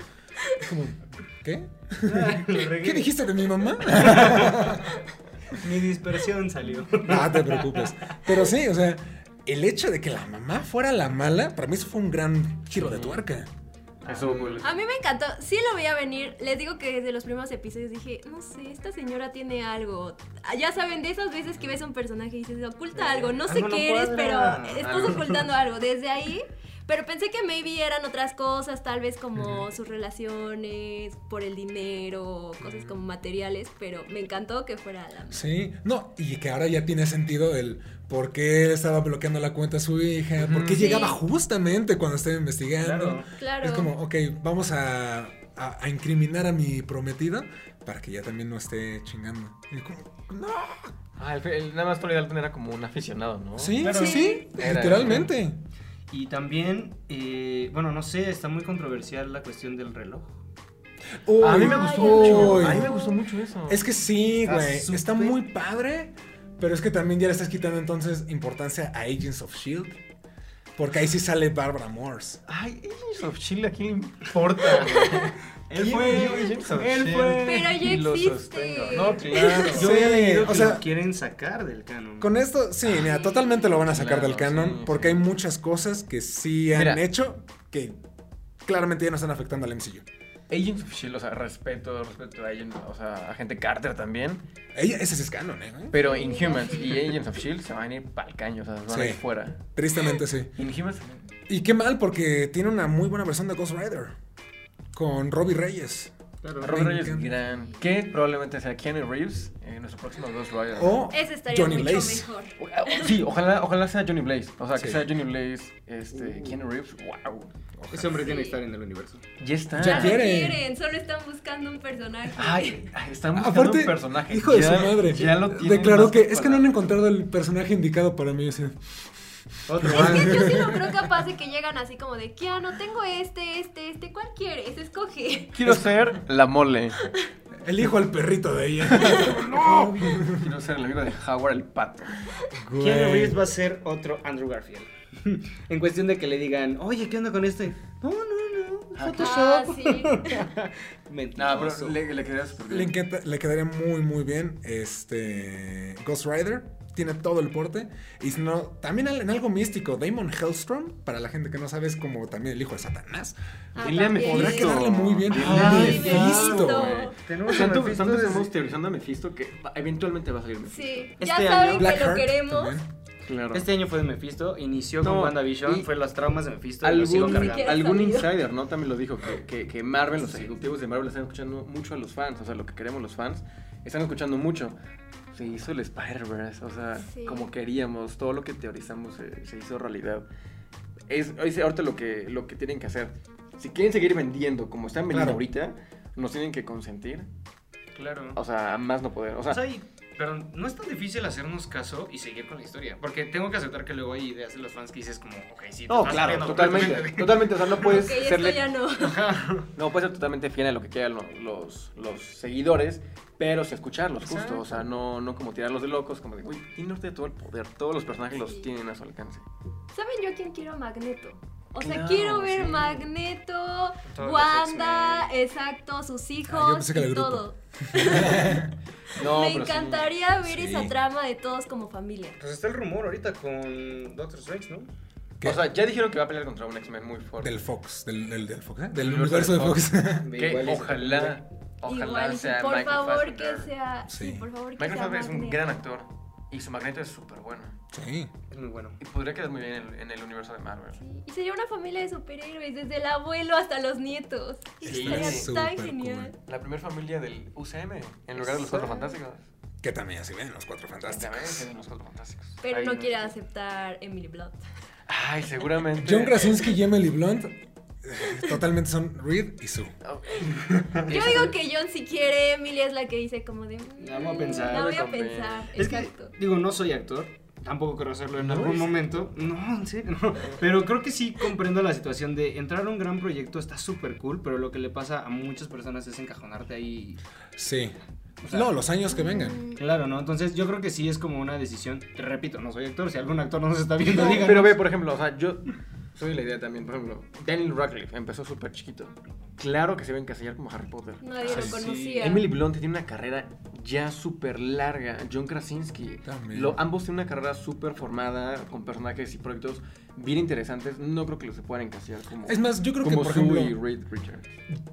S1: Es como, ¿qué? ¿Qué dijiste de mi mamá?
S3: Mi dispersión salió.
S1: No te preocupes. Pero sí, o sea, el hecho de que la mamá fuera la mala, para mí eso fue un gran giro de tuerca.
S4: Ah, Eso, güey.
S2: A mí me encantó, sí lo veía venir. Les digo que desde los primeros episodios dije, no sé, esta señora tiene algo. Ah, Ya saben, de esas veces que ves a un personaje y dices, oculta algo, no sé
S3: algo no
S2: qué eres, pero
S3: cuadra.
S2: estás
S4: Algo.
S2: ocultando algo. Desde ahí Pero pensé que maybe eran otras cosas, tal vez como sus relaciones, por el dinero, cosas como materiales, pero me encantó que fuera la...
S1: Sí, no, y que ahora ya tiene sentido el por qué estaba bloqueando la cuenta a su hija, por qué
S2: Ujú.
S1: llegaba
S2: Sí.
S1: justamente cuando estaba investigando.
S3: Claro.
S2: Claro.
S1: Es como, ok, vamos a, a- a incriminar a mi prometido para que ya también no esté chingando. Y como, no.
S4: Ah, el, fe- el- nada más Tony Dalton era como un aficionado, ¿no?
S1: Sí,
S3: claro.
S1: sí, sí,
S4: Era-
S1: literalmente.
S3: Y también, eh, bueno, no sé, está muy controversial la cuestión del reloj.
S4: A mí me
S1: Uy,
S4: gustó
S2: Ay,
S1: uy.
S4: mucho. A mí me gustó mucho eso.
S1: Es que sí,
S3: Está
S1: güey.
S3: súper-
S1: Está muy padre. Pero es que también ya le estás quitando entonces importancia a Agents of Shield. E Porque ahí sí sale Barbara Morse.
S4: Ay, Agents of Chile, ¿a quién le importa? güey?
S3: Él
S4: ¿Quién
S3: fue,
S4: vio Agents of
S3: él
S4: Shield?
S3: fue.
S2: Pero ya
S4: Y lo
S2: existe.
S4: sostengo. No, claro.
S3: Yo había
S1: Sí,
S3: leído
S1: o
S3: que
S1: sea-
S3: lo quieren sacar del canon.
S1: Con esto, sí, mira, totalmente lo van a sacar
S4: Ah, Claro,
S1: del canon.
S4: sí,
S1: porque
S4: sí.
S1: hay muchas cosas que sí han
S4: Mira.
S1: hecho que claramente ya no están afectando al MCU.
S4: Agents of Shield, E o sea, respeto, respeto a Agents, o sea, a gente Carter también.
S1: Ella, ese sí es canon, ¿eh? güey?
S4: Pero Inhumans y Agents of Shield E se van a ir pa'l caño, o sea, se van a ir
S1: Sí.
S4: fuera.
S1: Tristemente sí.
S4: Inhumans.
S1: Y qué mal, porque tiene una muy buena versión de Ghost Rider. Con Robbie Reyes.
S3: Claro.
S4: Robert
S1: Me
S4: Reyes
S1: encanta.
S4: gran. Que probablemente sea Keanu Reeves en nuestro próximo Ghost Rider.
S1: O
S2: Ese estaría
S1: Johnny
S2: mucho
S1: Blaze.
S2: mejor.
S4: O- o- Sí, ojalá, ojalá sea Johnny Blaze. O sea, que
S1: Sí.
S4: sea Johnny Blaze, este, Keanu Reeves. ¡Wow!
S1: e-
S3: Ese hombre tiene que
S2: Sí.
S3: estar en el universo.
S4: Ya está.
S1: Ya
S2: Ya lo
S1: quieren. Ah,
S2: quieren, solo están buscando un personaje.
S4: Ay, ay, están buscando
S1: Aparte,
S4: Ah, un personaje.
S1: hijo de
S4: Ya-
S1: su madre.
S4: Ya lo tienen
S1: declaró
S4: más
S1: que es que no
S4: para-
S1: han encontrado el personaje indicado para mí. así.
S3: Otro
S2: Es
S3: más.
S2: que yo sí lo creo capaz de que llegan así como de, no tengo este, este, este, ¿cuál quieres? Escoge.
S4: Quiero ser la mole.
S1: Elijo al perrito de ella.
S4: ¡No! Quiero ser el amigo de Howard el pato.
S3: Keanu Reeves va a ser otro Andrew Garfield. en cuestión de que le digan, oye, ¿qué onda con este? No, no, no.
S4: Ah,
S2: Ah,
S3: Photoshop.
S2: sí.
S4: No,
S3: Mentiroso.
S4: pero le, le quería súper bien.
S1: le, encanta- le quedaría muy, muy bien. Este. Ghost Rider. Tiene todo el porte. Y si no, también al- en algo místico. Damon Hellstrom, para la gente que no sabe, es como también el hijo de Satanás.
S2: Ah,
S4: Dile a
S2: también.
S4: Mephisto.
S1: Podrá quedarle muy bien.
S4: Dile
S1: Ah,
S4: a
S1: Mephisto,
S4: güey.
S2: güey.
S3: Tenemos a
S4: Tanto,
S3: Mephisto
S4: tanto
S3: desde-
S4: estamos teorizando a Mephisto que va- eventualmente va a salir Mephisto.
S2: Sí,
S3: Este
S2: ya
S3: año,
S2: saben que lo
S1: Blackheart
S2: queremos.
S1: también.
S4: Claro.
S3: Este año fue de Mephisto, inició
S4: No,
S3: con WandaVision,
S4: y-
S3: fue los traumas de Mephisto y lo sigo
S4: Algún,
S2: Ni
S3: cargando.
S2: siquiera
S4: algún
S2: salió.
S4: insider, ¿no? También lo dijo, que, que- que Marvel, los ejecutivos de Marvel están escuchando mucho a los fans, o sea, lo que queremos los fans, están escuchando mucho. Se hizo el Spider-Verse, o sea,
S2: Sí.
S4: como queríamos, todo lo que teorizamos se, se hizo realidad. Es, es ahorita lo que, lo que tienen que hacer. Si quieren seguir vendiendo como están
S1: Claro.
S4: vendiendo ahorita, nos tienen que consentir.
S3: Claro.
S4: O sea, a más no poder. O sea,
S3: O sea, y- pero no es tan difícil hacernos caso y seguir con la historia. Porque tengo que aceptar que luego hay ideas de los fans que dices como, ok, sí, te
S4: no,
S3: estás
S4: claro,
S3: saliendo
S4: totalmente. Totalmente, o sea, no puedes
S2: Ok, esto
S4: serle
S2: ya no.
S4: No puede ser totalmente fiel a lo que quieran lo- los, los seguidores, pero sí escucharlos, justo.
S3: Exacto.
S4: O sea, no, no como tirarlos de locos, como de, uy, tiene usted todo el poder, todos los personajes
S2: Sí.
S4: los tienen a su alcance.
S2: ¿Saben yo a quién quiero Magneto? O sea,
S4: Claro,
S2: quiero ver
S4: sí.
S2: Magneto,
S3: Todos los
S2: Wanda, exacto, sus hijos
S1: Ah, yo pensé que era
S2: y
S1: el grupo.
S2: todo.
S4: No,
S2: Me
S4: pero sí.
S2: encantaría ver
S1: Sí.
S2: esa trama de todos como familia.
S3: Pues está el rumor ahorita con Doctor Strange, ¿no?
S1: ¿Qué?
S4: O sea, ya dijeron que va a pelear contra un X-Men muy fuerte.
S1: Del Fox, del, del, del Fox, ¿eh? Del universo de Fox.
S4: Que ojalá, ojalá
S2: Igual, y
S4: sea
S2: por
S4: Michael
S2: favor
S4: Fassbender.
S2: que sea.
S1: Sí.
S2: Sí, por favor que
S4: Michael
S2: sea.
S4: Fassbender es un
S2: Magneto.
S4: gran actor y su magneto es súper bueno.
S1: sí.
S3: Es muy bueno.
S4: Y podría quedar muy bien en, el- en el universo de Marvel.
S2: Sí, Y sería una familia de superhéroes, desde el abuelo hasta los nietos. Y
S4: Sí.
S2: Estaría tan
S1: Súper
S2: genial.
S1: cool.
S4: La primera familia del UCM, en lugar de los Cuatro Fantásticos.
S1: Que también así ven los cuatro fantásticos.
S4: Exactamente, de los Cuatro Fantásticos.
S2: Pero
S4: Ahí
S2: no quiere aceptar Emily Blunt.
S4: Ay, seguramente.
S1: John Krasinski y Emily Blunt eh, totalmente son Reed y Sue.
S2: Yo digo que John si quiere, Emily es la que dice como de... "Mm,
S3: La voy a pensar,
S2: La
S4: me
S2: voy a
S4: conviene".
S2: pensar,
S3: Es que,
S2: exacto.
S3: digo, no soy actor. Tampoco quiero hacerlo en
S4: ¿No
S3: algún
S4: es?
S3: momento. No, en serio. no. Pero creo que sí comprendo la situación de entrar a un gran proyecto está súper cool, pero lo que le pasa a muchas personas es encajonarte ahí.
S1: Sí.
S3: O sea-
S1: no, los años que vengan.
S2: Mm,
S3: Claro, ¿no? Entonces yo creo que sí es como una decisión. Te repito, no soy actor. Si algún actor no nos está viendo,
S4: No,
S3: digan.
S4: pero ve, por ejemplo, o sea, yo soy la idea también, por ejemplo, Daniel Radcliffe empezó súper chiquito. Claro que se va a encasillar como Harry Potter.
S2: Nadie
S1: Ah,
S2: lo
S1: sí.
S2: conocía.
S4: Emily Blunt tiene una carrera ya súper larga. John Krasinski.
S1: También.
S4: Lo- ambos tienen una carrera súper formada, con personajes y proyectos bien interesantes. No creo que los se puedan encasillar como,
S1: Es más, yo creo que,
S4: como
S1: por
S4: Sue
S1: ejemplo,
S4: y Reed Richards.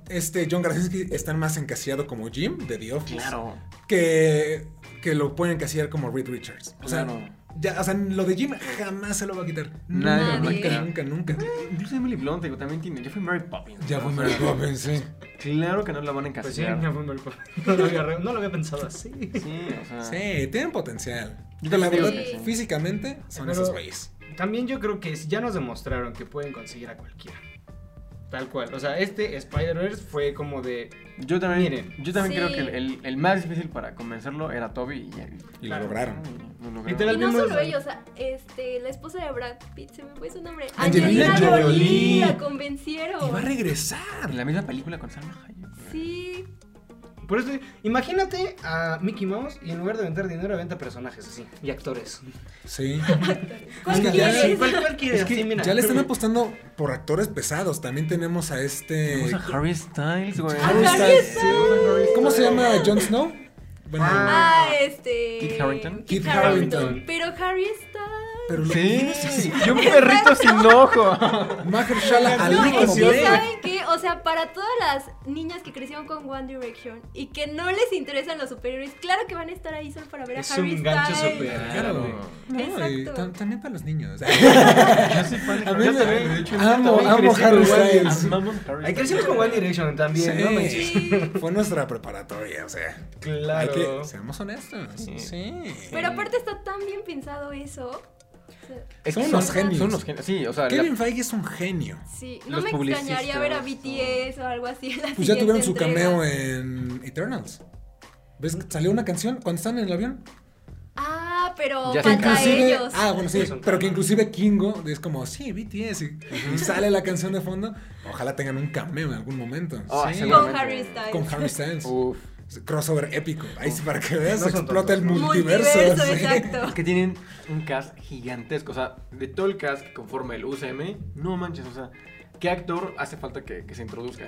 S1: este John Krasinski está más encasillado como Jim de The Office
S4: Claro.
S1: que, que lo pueden encasillar como Reed Richards. O sea,
S4: Pues, claro.
S1: Ya, o sea, lo de Jim jamás se lo va a quitar.
S4: Nadie
S2: lo va a
S1: nunca,
S2: quitar.
S1: nunca, nunca.
S4: Incluso Emily Blunt, digo, también tiene. Ya fue Mary Poppins.
S1: Ya
S4: ¿no?
S1: fue
S4: O sea,
S1: Mary Poppins, sí.
S4: Claro que no la van a
S3: Pues sí,
S4: encasillar.
S3: ya fue mal. no lo había, no lo había pensado así.
S4: sí, o sea.
S1: Sí, tienen potencial.
S4: Yo
S1: Pero la
S4: creo
S1: verdad,
S2: que sí.
S1: físicamente son
S3: Pero-
S1: esos güeyes.
S3: También yo creo que ya nos demostraron que pueden conseguir a cualquiera. Tal cual. O sea, este Spider-Verse fue como de.
S4: Yo también,
S3: Miren.
S4: yo también
S2: Sí.
S4: creo que el, el- el más difícil para convencerlo era Toby y
S1: Y
S3: Claro.
S1: lo lograron.
S4: lo lograron.
S3: Literal.
S2: Y no
S3: vimos-
S2: solo ellos, o sea, este, la esposa de Brad Pitt, se me fue su nombre.
S1: Angelina
S2: Angelina
S1: Jolie.
S2: Jolie, la
S1: Y va a
S2: convencieron.
S1: regresar.
S4: En la misma película con Salma Hayek.
S2: Sí,
S3: Por eso, imagínate a Mickey Mouse y en lugar de vender dinero, venta personajes así y actores.
S1: Sí. que
S2: ¿Cuál
S1: ya-
S2: quieres?
S3: Cual- cualquiera,
S1: Es que
S3: así, mira.
S1: ya le están apostando por actores pesados. También tenemos a este.
S4: Vamos a Harry Styles, güey.
S1: Harry Styles. ¿Cómo se llama Jon Snow? Bueno,
S2: Ah, este.
S4: Kit Harington.
S1: Kit Harington.
S2: Pero Harry está.
S1: pero lo-
S4: Sí, y un perrito sin ojo.
S1: Mahershala Ali
S2: No, es
S1: como
S2: que
S1: Blade.
S2: saben que, o sea, para todas las niñas que crecieron con One Direction y que no les interesan los superhéroes, claro que van a estar ahí solo para ver a
S3: Es
S2: Harry
S3: un gancho
S2: Styles.
S3: super-
S1: Claro. No, y
S2: Exacto.
S1: tam- también para los niños.
S4: Yo soy fan de
S1: A
S4: Harry
S1: mí me-
S4: Styles, de hecho,
S1: amo-
S4: también
S1: amo
S4: crecí con
S1: Harry
S4: One-
S1: Styles.
S4: amamos Harry
S3: Ahí
S4: Styles.
S3: crecimos con One Direction también, ¿no? manches?
S1: Sí. Fue nuestra preparatoria, o sea. Hay
S3: Claro.
S1: que, seamos honestos. Sí.
S2: Pero aparte está tan bien pensado eso. O sea,
S4: Es
S1: Son
S4: que
S1: unos genios.
S4: Son unos genios. Sí, o sea, la-
S1: Kevin Feige es un genio.
S2: Sí, no
S4: Los
S2: me extrañaría ver a
S4: publicistas,
S2: BTS o algo así. en la
S1: Pues ya
S2: siguiente
S1: tuvieron su
S2: entrega.
S1: cameo en Eternals. ¿Ves que salió una canción cuando están en el avión?
S2: Ah, pero
S4: Ya
S1: Que
S4: sé.
S2: falta
S1: inclusive.
S2: ellos.
S1: Ah, bueno, sí.
S3: Son
S1: Pero que inclusive Kingo es como, sí, BTS. Y, y sale la canción de fondo. Ojalá tengan un cameo en algún momento.
S4: Ah,
S1: Sí.
S4: seguro.
S2: con
S4: seguramente.
S2: Harry Styles.
S1: Con Harry Styles.
S2: Oh.
S4: Uf.
S1: Crossover épico. Ahí sí, para que veas,
S3: No son
S1: explota el
S3: tontos, ¿no?
S1: multiverso.
S2: Multiverso,
S1: sí.
S4: Es
S2: exacto.
S4: que tienen un cast gigantesco. O sea, de todo el cast que conforma el UCM, no manches, o sea, ¿qué actor hace falta que, que se introduzca?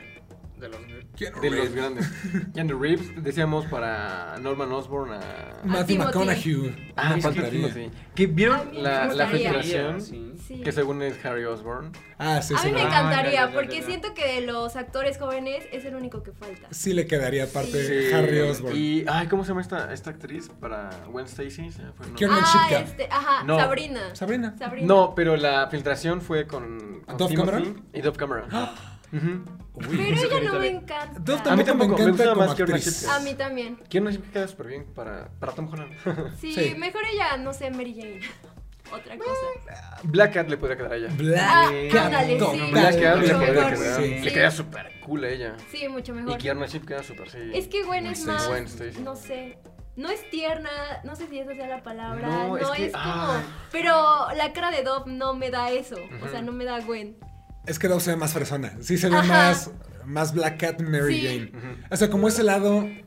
S3: De los- de-
S1: Keanu
S4: De los
S1: Reeves,
S4: grandes. Keanu Reeves, decíamos para Norman Osborn a.
S1: Matthew
S2: Ah, Timothy.
S1: McConaughey.
S4: Ah,
S1: Me
S4: falta
S1: encantaría.
S4: Timothy. ¿Que vieron
S2: A mí me
S4: la, la
S2: gustaría.
S4: filtración?
S3: Sí.
S2: Sí.
S4: Que según es Harry Osborn.
S1: Ah, sí,
S2: A
S1: sí.
S2: mí me
S1: ¿no?
S3: encanta.
S2: encantaría,
S3: Ah, ya, ya, ya,
S2: porque
S3: ya.
S2: siento que de los actores jóvenes es el único que falta.
S1: Sí le quedaría aparte
S4: Sí.
S1: Harry Osborn.
S4: Y, ay, ¿cómo se llama esta, esta actriz para Gwen Stacy? Se me fue el nombre.
S1: Keanu- una
S2: ah,
S1: chica.
S2: este, ajá,
S4: No.
S2: Sabrina.
S1: Sabrina.
S2: Sabrina.
S4: No, pero la filtración fue con, con
S1: ¿Dove
S4: Timothy
S1: Cameron? Ah.
S4: y Dove Cameron. Ujú.
S1: Uy,
S2: Pero
S3: Esa
S2: ella no
S3: señorita
S2: me
S3: de-
S2: encanta.
S1: Dove
S4: A
S1: tampoco me
S4: mí tampoco, me
S1: encanta
S4: gusta
S1: como
S4: más que una
S1: actriz.
S4: chica.
S2: A mí también.
S4: Quiero una chica que queda súper bien para, para Tom Holland.
S2: Sí,
S1: Sí.
S2: mejor ella, no sé, Mary Jane. Otra cosa.
S4: Black Cat le podría quedar a ella.
S1: Black
S2: Ah,
S1: Cat.
S2: ándale, sí.
S1: Total.
S4: Black Cat le
S2: Mucho
S4: podría
S2: mejor.
S4: quedar.
S1: Sí.
S4: Le queda súper cool a ella.
S2: Sí, mucho
S4: Y
S2: mejor.
S4: Keanu Chip queda súper sí.
S2: Es que Gwen
S1: Gwen
S2: es
S1: Stacy.
S2: más,
S4: Gwen Stacy.
S2: no sé, no es tierna, no sé si esa sea la palabra,
S4: No,
S2: no,
S4: es
S2: es,
S4: que-
S2: como,
S4: ah.
S2: pero la cara de Dove no me da eso, o sea,
S4: Ujú.
S2: no me da Gwen.
S1: Es que Dove se ve más fresona. Sí se ve
S2: Ajá.
S1: más, más Black Cat Mary
S2: Sí.
S1: Jane.
S4: Ujú.
S1: O sea, como ese lado. eh,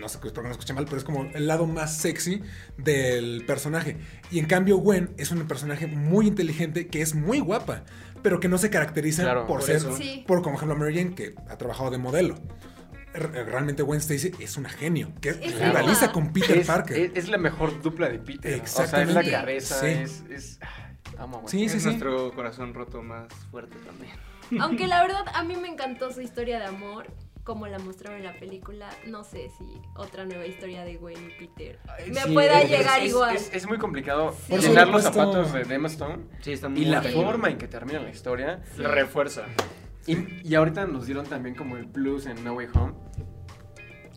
S1: no sé por qué no escuché mal, pero es como el lado más sexy del personaje. Y en cambio, Gwen es un personaje muy inteligente que es muy guapa, pero que no se caracteriza
S4: Claro,
S1: por,
S3: por
S1: ser.
S3: eso.
S2: Sí.
S1: Por como ejemplo, Mary Jane, que ha trabajado de modelo. Re- Realmente Gwen Stacy es una genio, que
S2: guapa.
S1: rivaliza con Peter
S4: es,
S1: Parker.
S4: Es, es la mejor dupla de Peter.
S1: Exactamente.
S4: O sea, es
S2: Sí.
S4: la cabeza.
S1: Sí.
S4: Es, es. ay, Amo, güey.
S1: Sí, sí,
S3: es
S1: sí.
S3: nuestro corazón roto más fuerte también.
S2: Aunque la verdad a mí me encantó su historia de amor, como la mostraron en la película, no sé si otra nueva historia de Gwen y Peter me
S4: Sí,
S2: pueda
S4: es-
S2: llegar
S4: es-
S2: igual.
S4: Es, es muy complicado
S2: Sí. Por
S4: llenar los
S1: supuesto.
S4: zapatos de de Emma Stone.
S3: Sí, está muy
S4: Y la
S2: Sí.
S3: bueno.
S4: forma en que termina la historia.
S3: La refuerza.
S4: Y, y ahorita nos dieron también como el plus en No Way Home.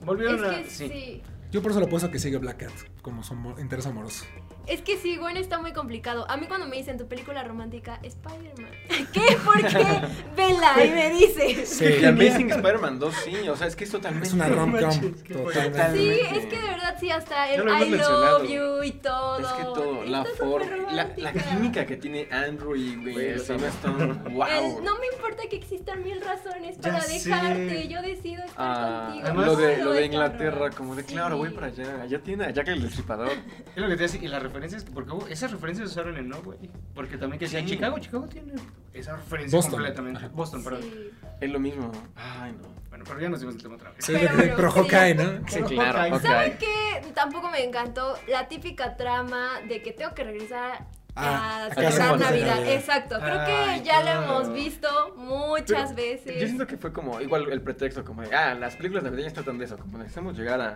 S3: Volvieron
S2: Es
S3: a.
S2: que sí.
S1: Yo por eso le puesto que sigue Black Cat como su amor- interés amoroso.
S2: Es que sí, Gwen está muy complicado. A mí cuando me dicen tu película romántica, Spider-Man. ¿Qué? ¿Por qué? Vela y me dice.
S4: Y Amazing Spider-Man 2, sí. O sea, es que es totalmente.
S1: Es una rom-com.
S3: manches,
S1: Totalmente.
S3: qué
S4: fuerte.
S2: Sí,
S4: Totalmente.
S2: es que de verdad sí, hasta el
S3: Ya lo hemos
S2: I
S3: mencionado.
S2: love you y todo.
S4: Es que todo, la
S2: Está
S4: forma,
S2: súper
S4: la, la
S2: romántica.
S4: química que tiene Andrew y
S3: Güey,
S4: güey,
S3: los
S4: Emma Stone, wow.
S2: El, no me importa que existan mil razones para
S3: sé.
S2: dejarte, yo decido estar
S4: Ah,
S2: contigo.
S4: lo de,
S2: Solo
S4: lo de
S2: es
S4: Inglaterra,
S2: amor.
S4: como de
S2: Sí.
S4: claro, voy para allá. Allá tiene a Jack el Destripador.
S3: Es lo que te decía, y las referencias, que- porque hubo- esas referencias se usaron en No, güey. Porque también que decía
S4: Sí.
S3: Chicago, Chicago tiene esa referencia
S1: Boston.
S3: completamente. Boston, perdón.
S2: Sí.
S4: Es lo mismo. Ay, no.
S3: Bueno, pero ya nos dimos el tema otra vez.
S1: Sí,
S2: Pero
S1: pero,
S2: bueno,
S1: pero
S2: sí.
S1: Hawkeye, ¿no?
S4: Sí, claro.
S3: ok.
S2: ¿Saben qué? Tampoco me encantó la típica trama de que tengo que regresar
S1: Ah,
S2: a
S1: a
S4: casa
S2: celebrar
S4: cuando se
S2: Navidad.
S1: Navidad.
S2: Exacto, creo
S3: Ay,
S2: que ya
S3: claro.
S2: lo hemos visto muchas
S4: Pero
S2: veces.
S4: Yo siento que fue como, igual el pretexto, como de, ah, las películas navideñas tratan de eso, como necesitamos llegar a,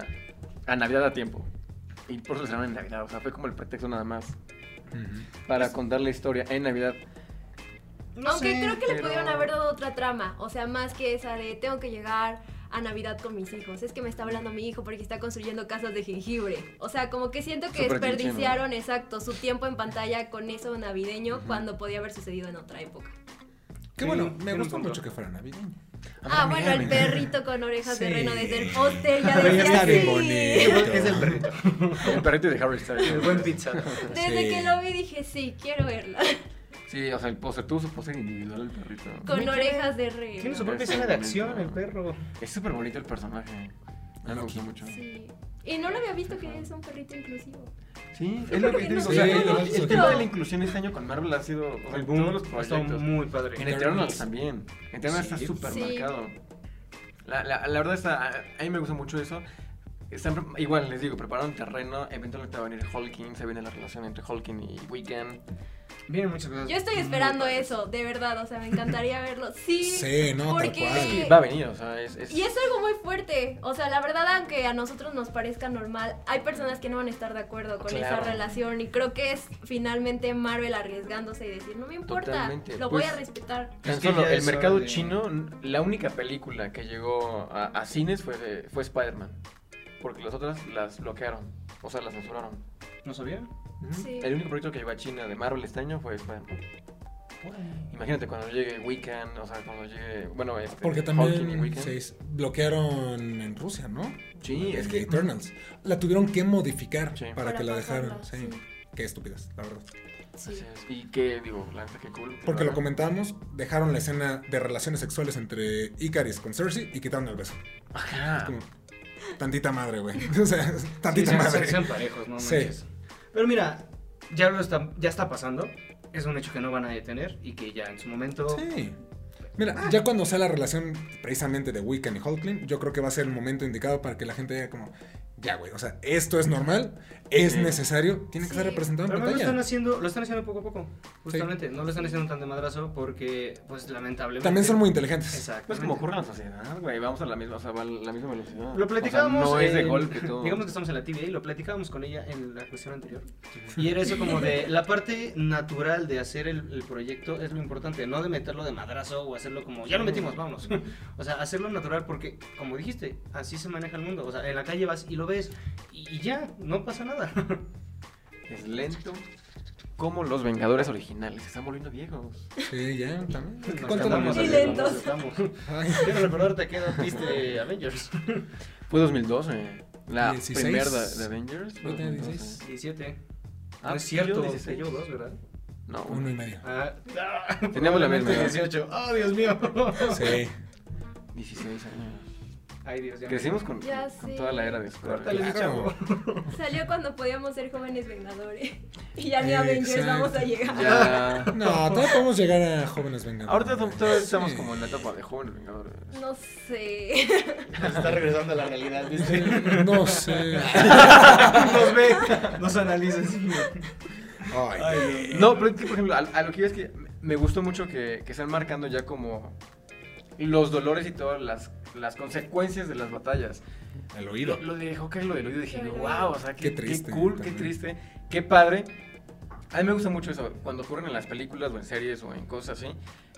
S4: a Navidad a tiempo. Y por eso estrenaron en Navidad. O sea, fue como el pretexto nada más para contar la historia en Navidad.
S3: No
S2: Aunque
S3: sé,
S2: creo que le
S3: pero-
S2: pudieron haber dado otra trama, o sea, más que esa de tengo que llegar a Navidad con mis hijos. Es que me está hablando mi hijo porque está construyendo casas de jengibre. O sea, como que siento que
S4: Súper cliché, ¿no?
S2: desperdiciaron, exacto, su tiempo en pantalla con eso navideño cuando podía haber sucedido en otra época.
S1: Que
S3: Sí,
S1: bueno,
S3: tiene
S1: me
S3: un
S1: gustó
S3: punto.
S1: mucho que fuera navideño.
S2: Ah, bueno, el perrito con orejas de
S1: Sí.
S2: reno desde el póster ya
S1: Pero ya
S2: decía
S1: está bien
S2: "Sí".
S1: bonito.
S3: Es el perrito.
S4: El perrito de Harry Styles.
S3: El buen pizza.
S2: Desde
S1: Sí.
S2: que lo vi dije, sí, quiero verla.
S4: Sí, o sea, el póster, tuvo su póster individual el perrito.
S2: Con
S3: Tiene-
S2: orejas de reno.
S3: Tiene su propia escena de acción, el perro.
S4: Es súper bonito el personaje. A mí me gustó mucho. Sí,
S2: Sí. Y no lo había visto que es un perrito inclusivo.
S4: es lo que te digo. O sea,
S1: Sí,
S4: el,
S1: lo
S4: el
S1: hizo.
S4: tema de la inclusión este año con Marvel ha sido. O sea,
S3: El
S4: todos
S3: boom
S4: los
S3: está
S4: proyectos.
S3: muy padre.
S4: En Eternals también. Eternals
S1: Sí.
S4: está súper
S2: Sí.
S4: marcado. La, la, la verdad está, a, a mí me gusta mucho eso. Están, pre- igual les digo, prepararon terreno, eventualmente va a venir Hulking, se viene la relación entre Hulking y Weekend.
S3: Vienen muchas cosas.
S2: Yo
S1: Mm,
S2: estoy esperando eso, de verdad, o sea, me encantaría verlo. Sí.
S1: Sí, no, tal
S2: porque-
S1: cual.
S4: Va a venir, o sea, es... es-
S2: Y es algo muy fuerte, o sea, la verdad, aunque a nosotros nos parezca normal, hay personas que no van a estar de acuerdo con
S4: Claro.
S2: esa relación y creo que es finalmente Marvel arriesgándose y decir, no me importa,
S4: Totalmente,
S2: lo
S4: pues-
S2: voy a respetar.
S4: Tan
S3: Es que
S4: solo
S3: ya
S4: el
S3: es
S4: mercado
S3: hora de-
S4: chino, la única película que llegó a, a cines fue, de- fue Spider-Man. Porque las otras las bloquearon, o sea, las censuraron.
S3: ¿No sabía?
S2: Sí.
S4: El único proyecto que llegó a China de Marvel este año fue Spider-Man. Imagínate cuando llegue Weekend, o sea, cuando llegue. Bueno, este,
S1: Porque
S4: Hawking y
S1: también
S4: Weekend.
S1: se s- bloquearon en Rusia, ¿no?
S4: Sí,
S1: La
S4: es
S1: de
S4: que-
S1: Eternals. La tuvieron que modificar
S4: Sí.
S1: para, que la
S2: pasarla,
S1: dejaran. Sí. Qué estúpidas, la verdad.
S2: sí.
S4: Así es. Y que, digo, la neta, qué cool. que
S1: Porque lo
S4: hagan.
S1: comentamos, dejaron la escena de relaciones sexuales entre Icaris con Cersei y quitaron el beso.
S4: Ajá.
S1: Como, tantita madre, güey. O sea, tantita
S3: Sí, sean-
S1: madre.
S3: Sean parejos, no
S1: Sí.
S3: manches. Pero mira, ya lo está, ya está pasando. Es un hecho que no van a detener y que ya en su momento.
S1: Sí. Mira, ya cuando sea la relación precisamente de Wiccan y Hulkling, yo creo que va a ser el momento indicado para que la gente diga como, ya, güey, o sea, esto es normal, es
S4: Sí.
S1: necesario, tiene que
S2: Sí.
S1: estar representado en
S3: Pero no lo
S1: pantalla.
S3: están haciendo, lo están haciendo poco a poco, justamente. No lo están haciendo tan de madrazo porque, pues, lamentablemente.
S1: También son muy inteligentes.
S3: Exacto.
S4: Pues como ocurre en la sociedad, güey. Vamos a la misma, o sea, va a la misma velocidad.
S3: Lo platicábamos.
S4: O sea, no es de
S3: en-
S4: golpe todo.
S3: Digamos que estamos en la TVA y lo platicábamos con ella en la cuestión anterior. Y era eso como de la parte natural de hacer el, el proyecto es lo importante, no de meterlo de madrazo o hacerlo como ya lo metimos, vamos. O sea, hacerlo natural porque, como dijiste, así se maneja el mundo. O sea, en la calle vas y lo ves y, y ya, no pasa nada.
S4: Es lento. Como los Vengadores originales. Se están volviendo viejos.
S1: Sí, ya, también.
S3: Nos
S1: ¿Cuánto vamos
S3: quedamos
S1: a
S2: Y
S3: así,
S1: hacer?
S2: lentos.
S3: vamos, vamos.
S1: Ay,
S3: Quiero recordarte que no viste Avengers
S4: Fue 2012. La
S1: 16.
S4: primera de, de Avengers.
S1: Yo tenía
S4: 2012.
S1: 16.
S3: 17.
S4: Ah,
S3: no es
S4: sí,
S3: cierto,
S4: yo
S3: te
S4: 16.
S3: llevo dos, ¿verdad?
S4: No,
S1: uno y medio.
S3: Ah, ah,
S4: Teníamos la misma edad.
S3: 18. ¡Oh, Dios mío!
S1: Sí.
S4: 16 años.
S3: Ay, Dios, ya. me-
S4: Crecimos con,
S2: Ya
S4: con
S2: sé.
S4: toda la era de Square.
S3: Córtale, mi
S1: Claro.
S3: chavo.
S2: Salió cuando podíamos ser jóvenes vengadores y ya ni a Avengers
S1: Exacto.
S2: vamos a llegar.
S4: Ya.
S1: No, todavía podemos llegar a jóvenes vengadores.
S4: Ahorita to- todavía estamos
S1: Sí.
S4: como en la etapa de jóvenes Vengadores.
S2: No sé.
S3: Nos está regresando a la realidad, ¿viste?
S1: No sé.
S3: nos ve, nos analiza. así.
S1: Ay,
S4: No, pero es que, por ejemplo, a, a lo que iba es que me gustó mucho que, que están marcando ya como los dolores y todas las, las consecuencias de las batallas.
S1: el
S4: Lo,
S1: oído.
S4: lo de Hawkeye, lo del oído, dije,
S2: Lo del
S4: wow,
S2: oído.
S4: o sea,
S1: Qué
S4: qué, qué
S1: triste
S4: cool,
S1: también.
S4: qué triste, qué padre. A mí me gusta mucho eso, cuando ocurren en las películas o en series o en cosas así,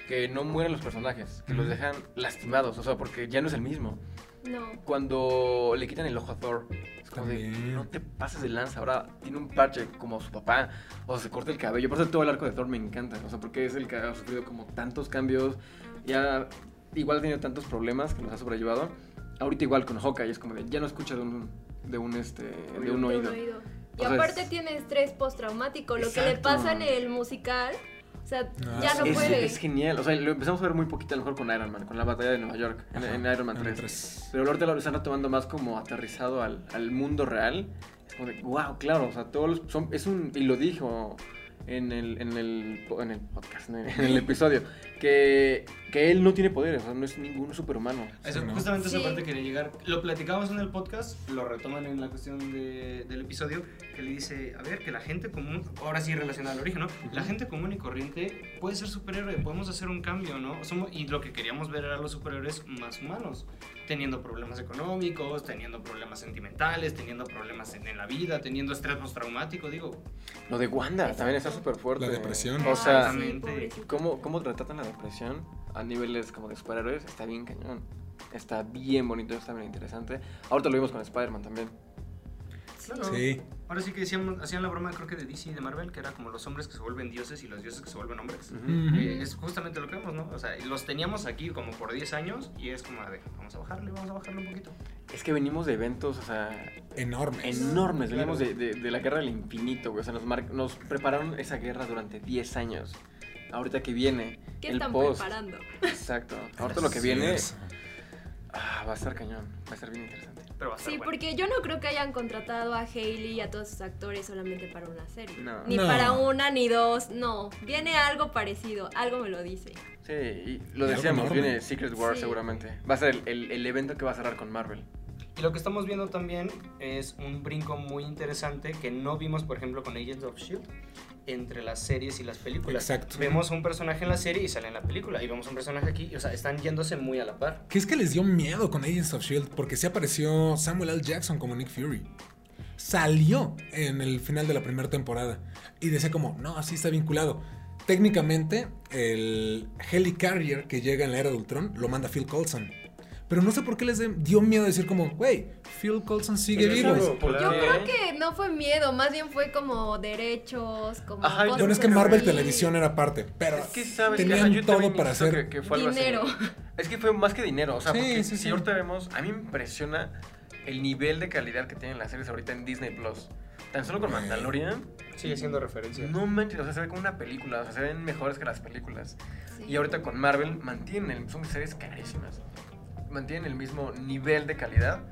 S4: que no mueren los personajes, que los
S1: Ujú.
S4: dejan lastimados, o sea, porque ya no es el mismo.
S2: No.
S4: cuando le quitan el ojo a Thor. Es como de,
S1: También.
S4: no te pases de lanza. Ahora tiene un parche como su papá. O se corta el cabello. Por eso todo el arco de Thor me encanta. O sea, porque es el que ha sufrido como tantos cambios. Ya igual ha tenido tantos problemas que nos ha sobrellevado. Ahorita igual con Hawkeye es como de, ya no escucha de un, de un, este, de un
S2: De
S4: oído.
S2: un oído. Y
S4: O sea,
S2: aparte
S4: es-
S2: tiene estrés postraumático, lo que le
S4: Exacto.
S2: pasa en el musical, o sea,
S1: Ah,
S2: ya no
S1: sí.
S4: Es,
S2: puede.
S4: es genial. O sea, lo empezamos a ver muy poquito a lo mejor con Iron Man, con la batalla de Nueva York, en, en Iron Man 3.
S1: Tres.
S4: Pero ahorita lo están tomando más como aterrizado al, al mundo real. Es como de, wow, claro, o sea, todos los- son, es un, y lo dijo en el, en el, po- en el podcast, en el, en el episodio, que, que él no tiene poderes, o sea, no es ningún superhumano.
S3: Eso,
S1: Sí, ¿no?
S3: Justamente
S2: Sí.
S3: esa parte quería llegar. Lo platicamos en el podcast, lo retoman en la cuestión de- del episodio, que le dice, a ver, que la gente común, ahora sí relacionada al origen, ¿no? La gente común y corriente puede ser superhéroe, podemos hacer un cambio, ¿no? Somos, y lo que queríamos ver era los superhéroes más humanos. teniendo problemas económicos, teniendo problemas sentimentales, teniendo problemas en, en la vida, teniendo estrés postraumático, digo.
S4: Lo de Wanda también está súper fuerte.
S1: La depresión.
S4: O sea,
S2: Ay, Ah, sí,
S3: Exactamente.
S2: pobrecito.
S4: ¿cómo, cómo tratan la depresión a niveles como de superhéroes? Está bien cañón. Está bien bonito, está bien interesante. Ahorita lo vimos con Spider-Man también.
S3: Claro.
S1: Sí.
S3: Ahora sí que decían- hacían la broma, creo que de DC y de Marvel, que era como los hombres que se vuelven dioses y los dioses que se vuelven hombres.
S1: Ujú.
S3: Eh, es justamente lo que vemos, ¿no? O sea, los teníamos aquí como por 10 años y es como, a ver, vamos a bajarle, vamos a bajarle un poquito.
S4: Es que venimos de eventos, o sea,
S1: Enorme.
S4: enormes.
S3: Claro.
S4: Venimos de, de- de la guerra del infinito, güey. O sea, nos, mar- nos prepararon esa guerra durante 10 años. Ahorita que viene.
S2: ¿Qué
S4: el
S2: están
S4: post.
S2: preparando?
S4: Exacto. Ahorita lo que
S1: Así
S4: viene
S1: es.
S4: ah, va a estar cañón. Va a estar bien interesante.
S3: Pero va a estar
S2: Sí,
S3: bueno.
S2: porque yo no creo que hayan contratado a Hailey y a todos sus actores solamente para una serie.
S4: No.
S2: Ni
S1: No.
S2: para una, ni dos, no. Viene algo parecido, algo me lo dice.
S4: Sí, y
S1: Y algo
S4: lo decíamos,
S1: enorme.
S4: viene Secret War
S2: Sí.
S4: seguramente. Va a ser el, el- el evento que va a cerrar con Marvel.
S3: Y lo que estamos viendo también es un brinco muy interesante que no vimos, por ejemplo, con Agents of Shield E entre las series y las películas.
S1: Exacto.
S3: Vemos un personaje en la serie y sale en la película. Y vemos un personaje aquí, y, o sea, están yéndose muy a la par.
S1: Que es que les dio miedo con Agents of Shield E porque se apareció Samuel L. Jackson como Nick Fury. Salió en el final de la primera temporada y decía como, no, así está vinculado. Técnicamente, el Helicarrier que llega en la era de Ultron lo manda Phil Coulson. Pero no sé por qué les de- dio miedo decir como, güey, Phil Coulson sigue
S4: Pero es
S1: vivo.
S4: algo
S3: Yo
S2: Yo
S4: popular.
S2: creo que no fue miedo, más bien fue como derechos, como.
S4: Ajá, yo-
S1: Bueno, es que
S2: así.
S1: Marvel Televisión era parte, pero
S4: Es que sabes que, o sea,
S1: tenían
S4: yo
S1: todo
S4: también
S1: para
S4: insisto
S1: hacer.
S4: que- que fue algo así.
S2: Dinero.
S4: Es que fue más que dinero. O sea,
S1: Sí,
S4: porque
S1: sí,
S4: si
S1: sí.
S4: ahorita vemos, a mí me impresiona el nivel de calidad que tienen las series ahorita en Disney Plus. Tan solo con Mandalorian,
S3: Sigue siendo referencia.
S4: no manches, o sea, se ve como una película, o sea, se ven mejores que las películas.
S2: Sí.
S4: Y ahorita con Marvel mantienen, el- son series carísimas, mantienen el mismo nivel de calidad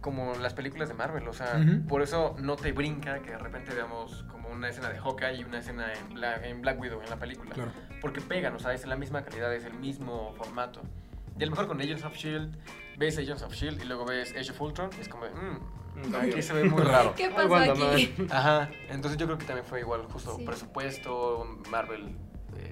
S4: como las películas de Marvel, o sea,
S1: Ujú.
S4: por eso no te brinca que de repente veamos como una escena de Hawkeye y una escena en Black, en Black Widow en la película,
S1: Claro.
S4: porque pegan, o sea, es la misma calidad, es el mismo formato. Y a lo mejor con Agents of Shield, E ves Agents of Shield E y luego ves Age of Ultron, y es como, de, mm,
S3: No,
S4: aquí se ve muy raro.
S2: ¿Qué
S3: Ay,
S2: pasó
S3: Wanda,
S2: aquí?
S4: Ajá, entonces yo creo que también fue igual, justo
S2: Sí.
S4: presupuesto, Marvel,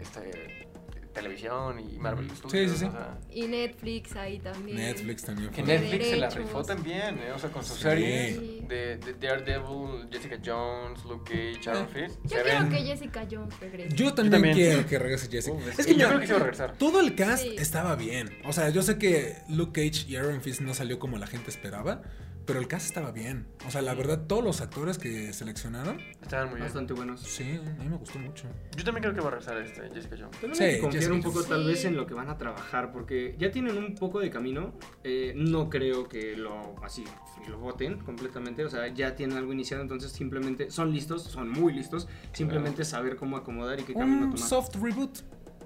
S4: este, televisión y Marvel
S1: Ujú.
S4: Studios.
S1: Sí, sí, sí.
S4: o sea.
S2: Y Netflix ahí también.
S1: Netflix también
S4: que
S1: fue.
S2: Netflix
S4: Netflix se la
S2: derechos.
S4: rifó también, ¿eh? o sea, con sus
S1: Sí.
S4: series
S2: Sí.
S4: de, de Daredevil, Jessica Jones, Luke Cage, Aaron Fist.
S2: Eh, Yo quiero que Jessica Jones regrese.
S1: Yo también,
S4: también.
S1: quiero que regrese Jessica.
S4: es que yo
S1: mira,
S4: creo que se va a regresar.
S1: Todo el cast
S2: Sí.
S1: estaba bien. O sea, yo sé que Luke Cage y Aaron Fist no salió como la gente esperaba, pero el cast estaba bien. O sea, la verdad, todos los actores que seleccionaron,
S4: Estaban muy bien.
S3: Bastante buenos.
S1: sí, a mí me gustó mucho.
S4: Yo también creo que va a regresar este, Jessica Jones.
S3: También
S1: Sí,
S3: hay que confiar
S1: Jessica
S3: un poco
S2: Jones.
S3: tal vez
S2: Sí.
S3: en lo que van a trabajar, porque ya tienen un poco de camino. eh, no creo que lo así lo voten completamente. O sea, ya tienen algo iniciado, entonces simplemente son listos, son muy listos. Simplemente saber cómo acomodar y qué camino
S1: Un
S3: tomar.
S1: soft reboot.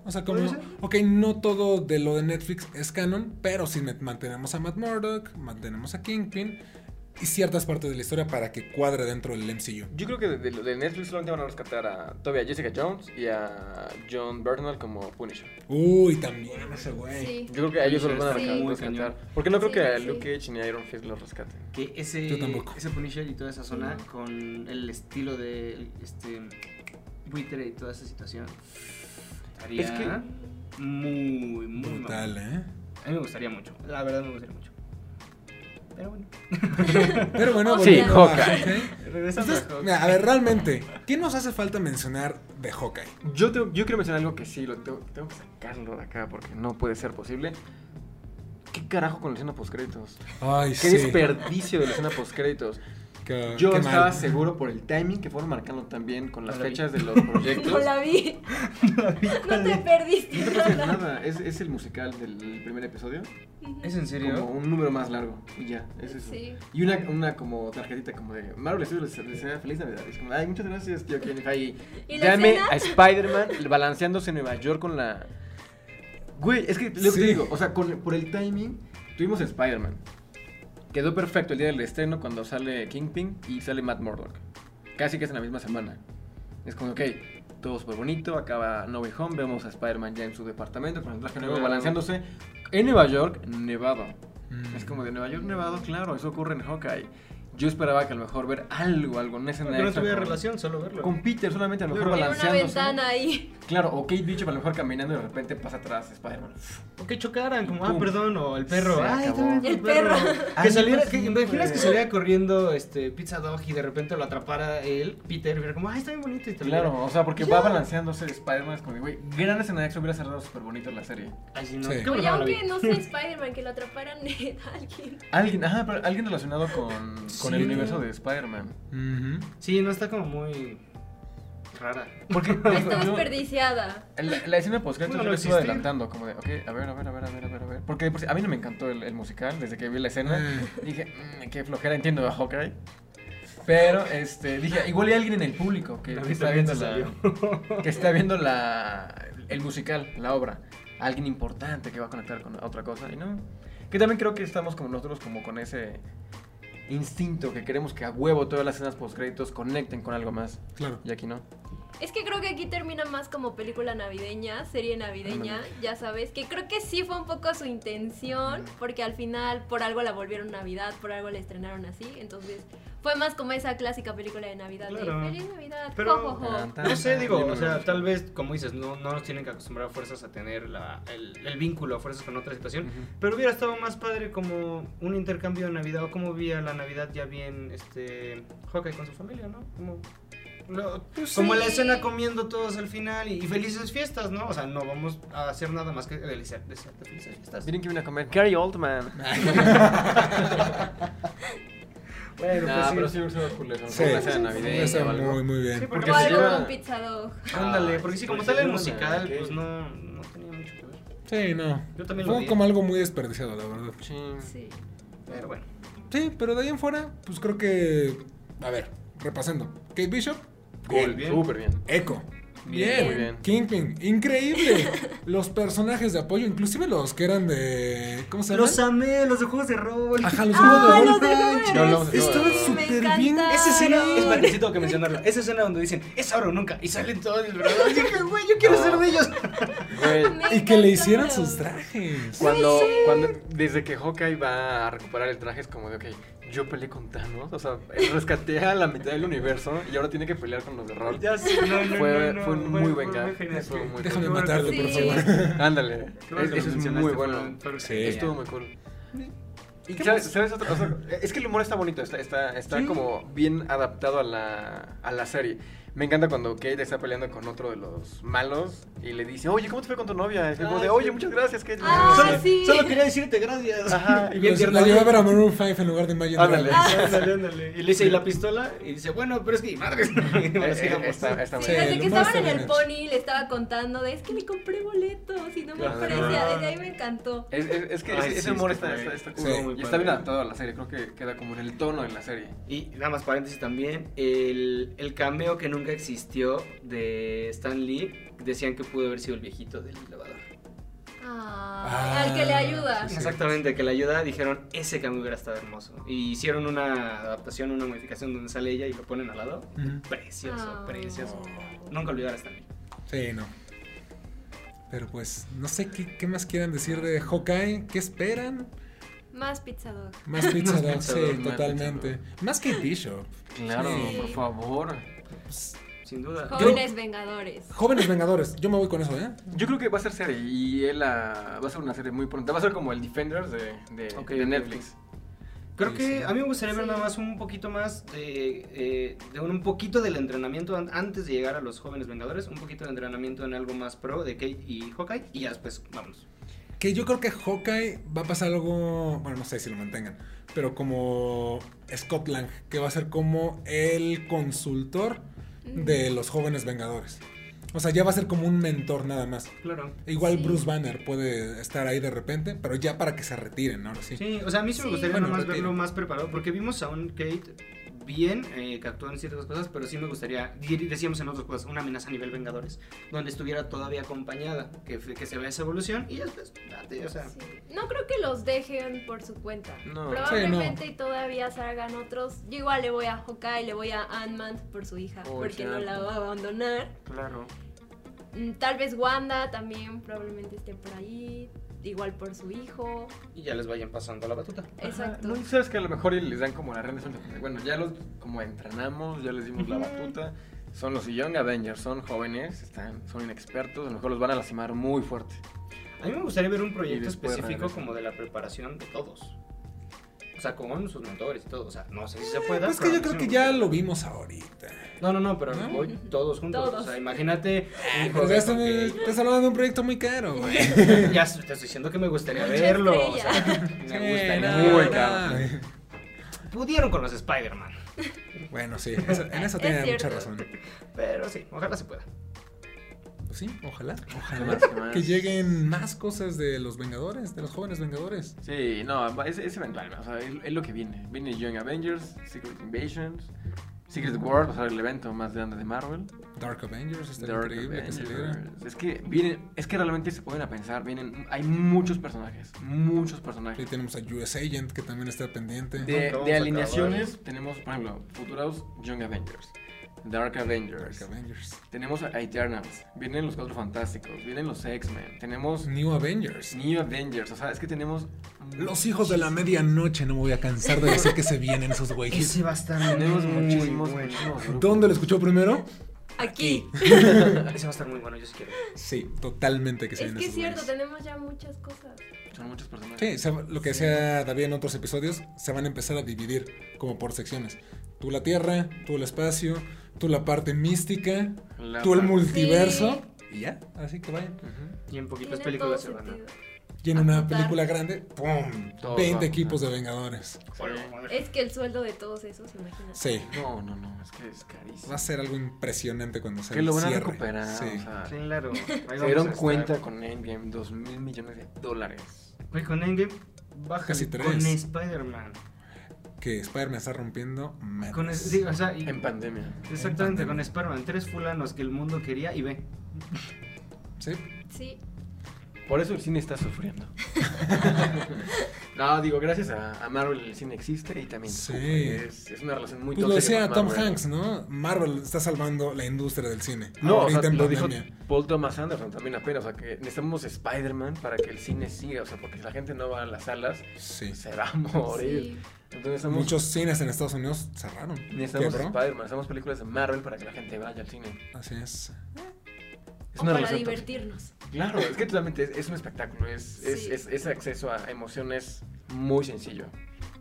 S1: O sea, como,
S3: Puede ser.
S1: ok, no todo de lo de Netflix es canon, pero si met- mantenemos a Matt Murdock, mantenemos a Kingpin y ciertas partes de la historia para que cuadre dentro del MCU.
S4: Yo creo que de, de- de Netflix solamente van a rescatar a todavía a Jessica Jones y a John Bernal como Punisher.
S1: Uy, también ese güey.
S2: Sí.
S4: Yo creo que a ellos los van a
S2: Sí.
S4: rescatar.
S2: Muy
S4: rescatar.
S3: cañón.
S4: Porque no creo
S2: Sí,
S4: que a
S2: sí.
S4: Luke Cage ni a Iron Fist los rescaten.
S3: que ese,
S1: Yo tampoco. Mm.
S3: ese Punisher y toda esa zona
S2: no.
S3: con el estilo de este buitre y toda esa situación estaría
S4: Es que-
S3: muy muy
S1: Brutal,
S3: mamón.
S1: ¿eh?
S3: A mí me gustaría mucho, la verdad me gustaría mucho. Pero bueno,
S1: Pero bueno,
S2: Sí,
S1: volviendo a
S4: Hawkeye.
S1: Hawkeye.
S3: regresando
S1: Entonces,
S3: a Hawk.
S1: mira, a ver, realmente, ¿qué nos hace falta mencionar de Hawkeye?
S4: Yo, tengo- yo quiero mencionar algo que sí, lo tengo, tengo que sacarlo de acá porque no puede ser posible. ¿Qué carajo con la escena postcréditos?
S1: Ay,
S4: Qué desperdicio de la escena postcréditos.
S1: Qué-
S4: Yo
S1: qué mal.
S4: estaba seguro por el timing que fueron marcando también con las
S3: No la vi.
S4: fechas de los proyectos.
S2: No la vi. No te
S4: No te
S2: perdiste
S4: pasa
S2: nada.
S4: nada, es, es el musical del primer episodio,
S3: ¿Es en
S4: como
S3: serio?
S4: un número más largo y ya, es eso.
S2: Sí.
S4: Y una, una como tarjetita como de Marvel Studios les desea feliz Navidad. Es como, ay, muchas gracias, tío Kevin Feige.
S2: ¿Y la
S4: Dame
S2: cena?
S4: a Spider-Man balanceándose en Nueva York con la. Güey, es que lo que
S1: Sí.
S4: te digo, o sea, con- por el timing, tuvimos Spider-Man. Quedó perfecto el día del estreno cuando sale Kingpin y sale Matt Murdock. Casi que es en la misma semana. Es como, ok, todo súper bonito, acaba No Way Home, vemos a Spider-Man ya en su departamento con el traje nuevo
S3: Claro.
S4: balanceándose en Nueva York, nevado.
S1: Mm.
S4: Es como de Nueva York nevado, claro, eso ocurre en Hawkeye. Yo esperaba que a lo mejor ver algo, algo, una escena
S3: Yo no
S4: extra
S3: tuve
S4: con-
S3: relación, solo verlo.
S4: Con Peter solamente a lo mejor
S3: Pero-
S2: En una
S4: balanceándose.
S2: ventana ahí.
S4: Claro, o Kate Bishop a lo mejor caminando y de repente pasa atrás Spider-Man.
S3: O que chocaran, como, ah,
S4: Pum.
S3: perdón, o el perro.
S4: Se
S3: Ay,
S4: acabó.
S3: también fue
S2: El perro.
S3: Que
S4: Ay,
S3: saliera,
S4: sí,
S3: que, imaginas
S4: güey.
S3: que saliera corriendo este, Pizza Dog y de repente lo atrapara él, Peter, y era como, ay, está bien bonito. Y te lo diera.
S4: Claro, o sea, porque va balanceándose Spider-Man. Es como, güey, gran escena de acción hubiera cerrado súper bonito la serie.
S3: Ay, sí, no,
S1: Sí.
S3: qué bueno
S2: Oye,
S3: que no la vi.
S2: aunque no sea Spider-Man, que lo atraparan a alguien.
S4: Alguien, ajá, pero alguien relacionado con, con
S3: Sí.
S4: el universo de Spider-Man.
S1: Ujú.
S3: Sí, no está como muy rara.
S4: Porque
S2: Está
S4: yo-
S2: desperdiciada.
S4: la, la escena post
S3: Bueno,
S4: yo
S3: no
S4: la estuve
S3: existir.
S4: adelantando, como de, ok, a ver, a ver, a ver, a ver, a ver, a ver. Porque de por sí- a mí no me encantó el, el musical desde que vi la escena.
S1: Mm.
S4: Dije, "Mm, qué flojera, entiendo a Hawkeye. Pero, este, dije, igual hay alguien en el público que,
S3: La
S4: que
S3: vi
S4: está
S3: también
S4: viendo
S3: se
S4: la...
S3: salió.
S4: que está viendo la, el musical, la obra. Alguien importante que va a conectar con otra cosa. Y no. Que también creo que estamos como nosotros, como con ese instinto que queremos que a huevo todas las escenas postcréditos conecten con algo más.
S1: Claro.
S4: Y aquí no.
S2: Es que creo que aquí termina más como película navideña, serie navideña, ya sabes, que creo que sí fue un poco su intención, porque al final por algo la volvieron Navidad, por algo la estrenaron así, entonces fue más como esa clásica película de Navidad,
S3: Claro.
S2: de Feliz Navidad,
S3: Pero-
S2: jo, jo, jo".
S4: Tan, tan,
S3: No sé,
S4: tan,
S3: digo,
S4: yo no
S3: o
S4: me
S3: sea,
S4: gusta.
S3: tal vez, como dices, no, no nos tienen que acostumbrar a fuerzas a tener la- el, el vínculo a fuerzas con otra situación.
S4: Ujú.
S3: Pero hubiera estado más padre como un intercambio de Navidad o como vía la Navidad ya bien, este, Hawkeye con su familia, ¿no? Como, lo-
S4: Pues
S3: como la
S2: sí.
S3: escena comiendo todos al final y, y felices fiestas, ¿no? O sea, no vamos a hacer nada más que desear, desearte felices fiestas.
S4: Miren que viene a comer Gary Oldman.
S3: Bueno,
S4: Nah,
S3: pues sí.
S4: pero sí, hubiera sido cool eso,
S1: Sí,
S4: una escena
S1: Sí,
S4: navideña
S1: está
S4: o algo.
S1: muy, muy
S3: Sí,
S1: bien.
S3: porque
S2: o
S4: se
S2: algo
S4: lleva-
S2: con pizza dog.
S3: Ándale,
S4: Ah,
S3: porque sí,
S4: pues
S3: como
S4: se
S3: tal el
S4: llevan a
S3: musical,
S4: aquel.
S3: pues no, no tenía mucho que ver.
S1: Sí, no.
S3: Yo también lo
S1: Fue
S3: vi.
S1: como algo muy desperdiciado, la verdad.
S4: Sí.
S2: Sí.
S3: Pero bueno.
S1: Sí, pero de ahí en fuera, pues creo que. A ver, repasando. Kate Bishop, bien.
S3: Bien.
S4: Súper bien.
S1: Echo.
S4: Bien. Muy bien.
S1: Kingpin, increíble. los personajes de apoyo, inclusive los que eran de. ¿Cómo se llama?
S3: Los amé, los de juegos de rol.
S1: Ajá, los
S2: ¡Ay,
S1: juegos
S2: los
S1: de
S2: de
S1: golf.
S2: Duende!
S4: No hablamos de
S1: Estaban
S4: Sí,
S2: me
S1: súper bien.
S2: encanta.
S3: Esa escena,
S2: Ay.
S3: es más, necesito que mencionarla. Esa escena donde dicen, es ahora o nunca. Y salen todos disfrazados. Y dije, güey, yo quiero
S4: No.
S3: ser de ellos.
S4: Güey,
S2: Me
S1: Y que le
S2: encantaron.
S1: hicieran sus trajes.
S4: Cuando, cuando, desde que Hawkeye va a recuperar el traje es como de, ok, yo peleé con Thanos, o sea, rescaté a la mitad del universo y ahora tiene que pelear con los de Roll.
S3: Ya sé, no, no, no,
S4: Fue-
S3: no,
S4: fue un muy buen gag.
S3: genial.
S4: Fue muy
S1: Déjame
S3: Qué bueno que
S1: matarlo,
S3: lo-
S2: por
S3: Sí.
S2: favor.
S4: Ándale,
S3: Qué bueno que lo
S4: eso es muy
S3: mencionaste,
S4: bueno.
S3: fueron- fueron-
S1: Sí.
S4: Estuvo muy cool. Y sabes, ¿sabes otra cosa? Es que el humor está bonito, está, está, está como bien adaptado a la, a la serie. Me encanta cuando Kate está peleando con otro de los malos y le dice, oye, ¿cómo te fue con tu novia? Y es como
S3: Ah,
S4: de,
S3: sí.
S4: oye, muchas gracias, Kate.
S2: Ah,
S3: solo,
S2: sí.
S3: solo quería decirte gracias.
S4: Ajá,
S3: y bien
S1: Los-
S3: tierno.
S1: La llevé a ver a Maroon 5 en lugar de Imagine
S4: Ándale.
S1: Dragons.
S3: Ándale, ándale. Y le dice, ¿y la pistola? Y dice, bueno, pero es que, madre.
S4: Eh, eh, está, está muy
S2: Sí,
S1: Sí,
S2: desde
S1: lo
S2: que
S1: más
S2: estaban en el
S1: evidente.
S2: pony le estaba contando de es que le compré boletos y no me
S4: Claro.
S2: ofrecía, desde ahí me encantó.
S4: Es, es- es que
S3: Ay,
S4: ese, ese
S3: sí,
S4: humor
S3: está
S4: está,
S3: padre.
S4: está, está
S1: Sí.
S4: cool.
S3: Muy
S4: y está
S3: padre.
S4: bien adaptado a la serie. Creo que queda como en el tono de la serie.
S3: Y nada más paréntesis también, el, el cameo que nunca existió de Stan Lee, decían que pudo haber sido el viejito del elevador.
S2: Ah, al que le ayuda.
S1: Sí.
S3: Exactamente, que la ayuda dijeron, ese cameo hubiera estado hermoso. Y hicieron una adaptación, una modificación donde sale ella y lo ponen al lado.
S1: Ujú.
S3: Precioso,
S2: Ah.
S3: precioso. Nunca olvidar a Stan Lee.
S1: Sí, no. Pero pues, no sé qué, qué más quieran decir de Hawkeye. ¿Qué esperan?
S2: Más pizza dog.
S1: Más Pizza Dog,
S3: Pizza
S1: sí,
S3: Dog,
S4: más
S1: totalmente.
S4: Pizza
S1: Más que Bishop.
S4: Claro,
S2: Sí.
S4: por favor.
S1: Pues,
S3: Sin duda.
S2: Jóvenes vengadores.
S1: jóvenes Vengadores, yo me voy con eso, ¿eh?
S4: Yo creo que va a ser serie y él ah, va a ser una serie muy pronta. Va a ser como el Defenders de, de,
S3: Ok,
S4: de
S3: ok,
S4: Netflix.
S3: Creo
S1: Sí,
S3: que
S1: sí.
S3: a mí me gustaría ver
S2: Sí.
S3: nada más un poquito más de, eh, de un, un poquito del entrenamiento an- antes de llegar a los jóvenes Vengadores, un poquito de entrenamiento en algo más pro de Kate y Hawkeye y ya después vamos.
S1: Que yo creo que Hawkeye va a pasar algo, bueno, no sé si lo mantengan, pero como Scott Lang, que va a ser como el consultor de los jóvenes Vengadores. O sea, ya va a ser como un mentor nada más.
S3: Claro.
S1: Igual
S2: Sí.
S1: Bruce Banner puede estar ahí de repente, pero ya para que se retiren, ahora sí.
S3: Sí, o sea, a mí sí me
S2: Sí.
S3: gustaría
S1: Bueno,
S3: nada más
S1: retiro.
S3: verlo más preparado porque vimos a un Kate bien eh, que actuó en ciertas cosas, pero sí me gustaría, di- decíamos en otras cosas, una amenaza a nivel Vengadores, donde estuviera todavía acompañada, que, fe- que se vea esa evolución y ya después, date, o sea.
S2: Sí. No creo que los dejen por su cuenta.
S4: No.
S2: Probablemente todavía salgan otros. Yo igual le voy a Hawkeye, le voy a Ant-Man por su hija,
S4: Por
S2: porque no la
S4: cierto.
S2: va a abandonar.
S3: Claro.
S2: Mm, Tal vez Wanda también probablemente esté por ahí, igual por su hijo.
S3: Y ya les vayan pasando la batuta.
S2: Exacto.
S4: No, y sabes que a lo mejor y les dan como la rienda suelta. Bueno, ya los como entrenamos, ya les dimos la batuta. son los Young Avengers, son jóvenes, están, son inexpertos, a lo mejor los van a lastimar muy fuerte.
S3: A mí me gustaría ver un proyecto
S4: después
S3: específico
S4: regresan.
S3: como de la preparación de todos. O sea, con sus mentores y todo. O sea, no sé si se pueda.
S1: Pues que
S3: pero
S1: yo
S3: sí
S1: creo
S3: me
S1: que
S3: gustaría.
S1: ya lo vimos ahorita.
S3: No, no, no, pero
S1: ¿No?
S3: voy todos juntos.
S2: Todos.
S3: O sea, imagínate. un
S1: Ah, Pero
S3: joven,
S1: ya está-
S3: ok,
S1: estás hablando de un proyecto muy caro, güey.
S3: Ya te estoy diciendo que me gustaría
S2: Mucha
S3: verlo. O sea,
S2: estrella.
S3: me gustaría.
S1: Sí, no,
S4: Muy
S1: no.
S4: caro.
S3: Pudieron con los Spider-Man.
S1: Bueno, sí, eso- en eso
S2: Es
S1: tiene mucha
S2: cierto.
S1: razón.
S3: Pero sí, ojalá se pueda.
S1: Pues Sí, ojalá.
S4: ¿Qué más, qué más?
S1: Que lleguen más cosas de los Vengadores, de los jóvenes Vengadores.
S4: Sí, no, va- es, es eventual, o sea, es, es lo que viene. Viene Young Avengers, Secret Invasions, Secret World, o sea, el evento más grande de Marvel.
S1: Dark Avengers, está
S4: Dark
S1: increíble que saliera.
S4: Avengers. Es que vienen, es que realmente se pueden a pensar, vienen, hay muchos personajes, muchos
S1: Ahí
S4: personajes.
S1: tenemos a US Agent que también está pendiente.
S3: nunca
S4: De,
S3: vamos
S4: de
S3: a
S4: alineaciones tenemos, por ejemplo, futuros Young Avengers, Dark
S1: Dark
S4: Avengers,
S1: Avengers.
S4: tenemos a Eternals, vienen los Cuatro Fantásticos, vienen los X-Men, tenemos
S1: New Avengers.
S4: New Avengers, o sea, es que tenemos
S1: Los hijos de la medianoche, no me voy a cansar de decir que se vienen esos güeyes.
S3: Ese va a estar
S4: tenemos
S3: muy
S4: muchísimos,
S3: bueno.
S4: muchísimos grupos.
S1: ¿Dónde lo escuchó primero?
S2: Aquí.
S3: Ese va a estar muy bueno, yo sí quiero.
S1: Sí, totalmente que se
S2: Es
S1: vienen
S2: que es
S1: esos
S2: cierto,
S1: güeyes.
S2: tenemos ya muchas cosas.
S4: Son muchas personas.
S1: Sí, se va- lo que decía David en otros episodios, se van a empezar a dividir como por secciones. Tú la tierra, tú el espacio, tú la parte mística,
S4: La
S1: tú el
S4: parte-
S1: multiverso. Y ya, así que vayan.
S4: Ujú.
S3: Y en poquitas
S2: Tiene
S3: pues películas se
S2: todo
S3: van a.
S2: sentido.
S1: Y en una
S2: Apuntar.
S1: película grande, ¡pum!
S4: Todo
S1: 20
S4: va.
S1: equipos de Vengadores.
S2: Es que el sueldo de todos esos, imagínate.
S1: Sí,
S4: No, no, no, es que es
S1: va
S4: carísimo.
S1: a ser algo impresionante cuando se
S4: Que lo van a
S1: cierre.
S4: recuperar.
S1: Sí.
S4: o sea,
S3: Claro.
S4: se dieron cuenta con Endgame, 2 mil millones de dólares.
S3: Güey, con Endgame, baja
S1: Casi
S3: Con
S1: tres.
S3: Spider-Man.
S1: Que Spider-Man está rompiendo madres.
S3: Con es- sí, o sea, y-
S4: En pandemia.
S3: exactamente,
S1: en pandemia.
S3: con Spider-Man. Tres fulanos que el mundo quería y ve.
S1: Sí.
S2: Sí.
S4: Por eso el cine está sufriendo. no, digo, gracias a, a Marvel el cine existe y también
S1: Sí.
S4: sufre. Es, es una relación muy
S1: Pues lo
S4: tóxica
S1: decía
S4: con
S1: Tom
S4: Marvel.
S1: Hanks, ¿no? Marvel está salvando la industria del cine.
S4: No, o
S1: Ahorita
S4: sea,
S1: en
S4: lo dijo
S1: pandemia.
S4: Paul Thomas Anderson también apenas. O sea, que necesitamos Spider-Man para que el cine siga. O sea, porque si la gente no va a las salas,
S1: Sí.
S4: se va a morir.
S2: Sí.
S4: Entonces, estamos
S1: Muchos cines en Estados Unidos cerraron.
S4: Necesitamos
S1: Quebró.
S4: Spider-Man, necesitamos películas de Marvel para que la gente vaya al cine.
S1: Así es.
S4: Es
S2: O para
S4: relación
S2: divertirnos.
S4: tóxica. Claro, es que totalmente es, es un espectáculo, es, es,
S2: Sí.
S4: es- ese acceso a emociones muy sencillo.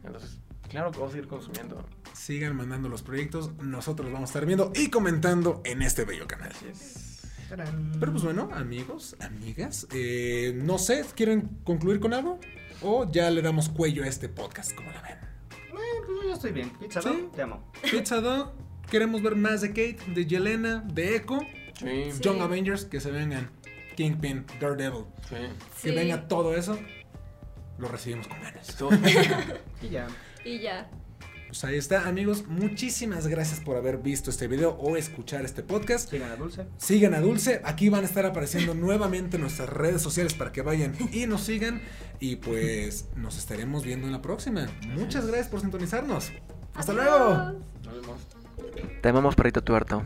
S4: Entonces, claro que vamos a ir consumiendo.
S1: Sigan mandando los proyectos, nosotros los vamos a estar viendo y comentando en este bello canal.
S4: Así es.
S1: Pero pues bueno, amigos, amigas, eh, no sé, ¿quieren concluir con algo? O ya le damos cuello a este podcast, como la ven.
S3: Eh, pues yo estoy bien. Pizza,
S1: Sí.
S3: Dog, te amo.
S1: Pizza Dog, queremos ver más de Kate, de Yelena, de Echo,
S4: Sí,
S2: Sí.
S1: Young Avengers, que se vengan, Kingpin, Daredevil,
S4: sí.
S2: Sí.
S1: que venga todo eso, lo recibimos con ganas.
S4: Esto-
S3: Y ya.
S2: Y ya.
S1: Pues ahí está, amigos, muchísimas gracias por haber visto este video o escuchar este podcast.
S3: Sigan a Dulce.
S1: Sigan a Dulce, aquí van a estar apareciendo nuevamente nuestras redes sociales para que vayan y nos sigan. Y pues nos estaremos viendo en la próxima. Muchas gracias por sintonizarnos. Hasta luego.
S2: Adiós.
S4: Nos vemos.
S6: Te amamos, perrito tuerto.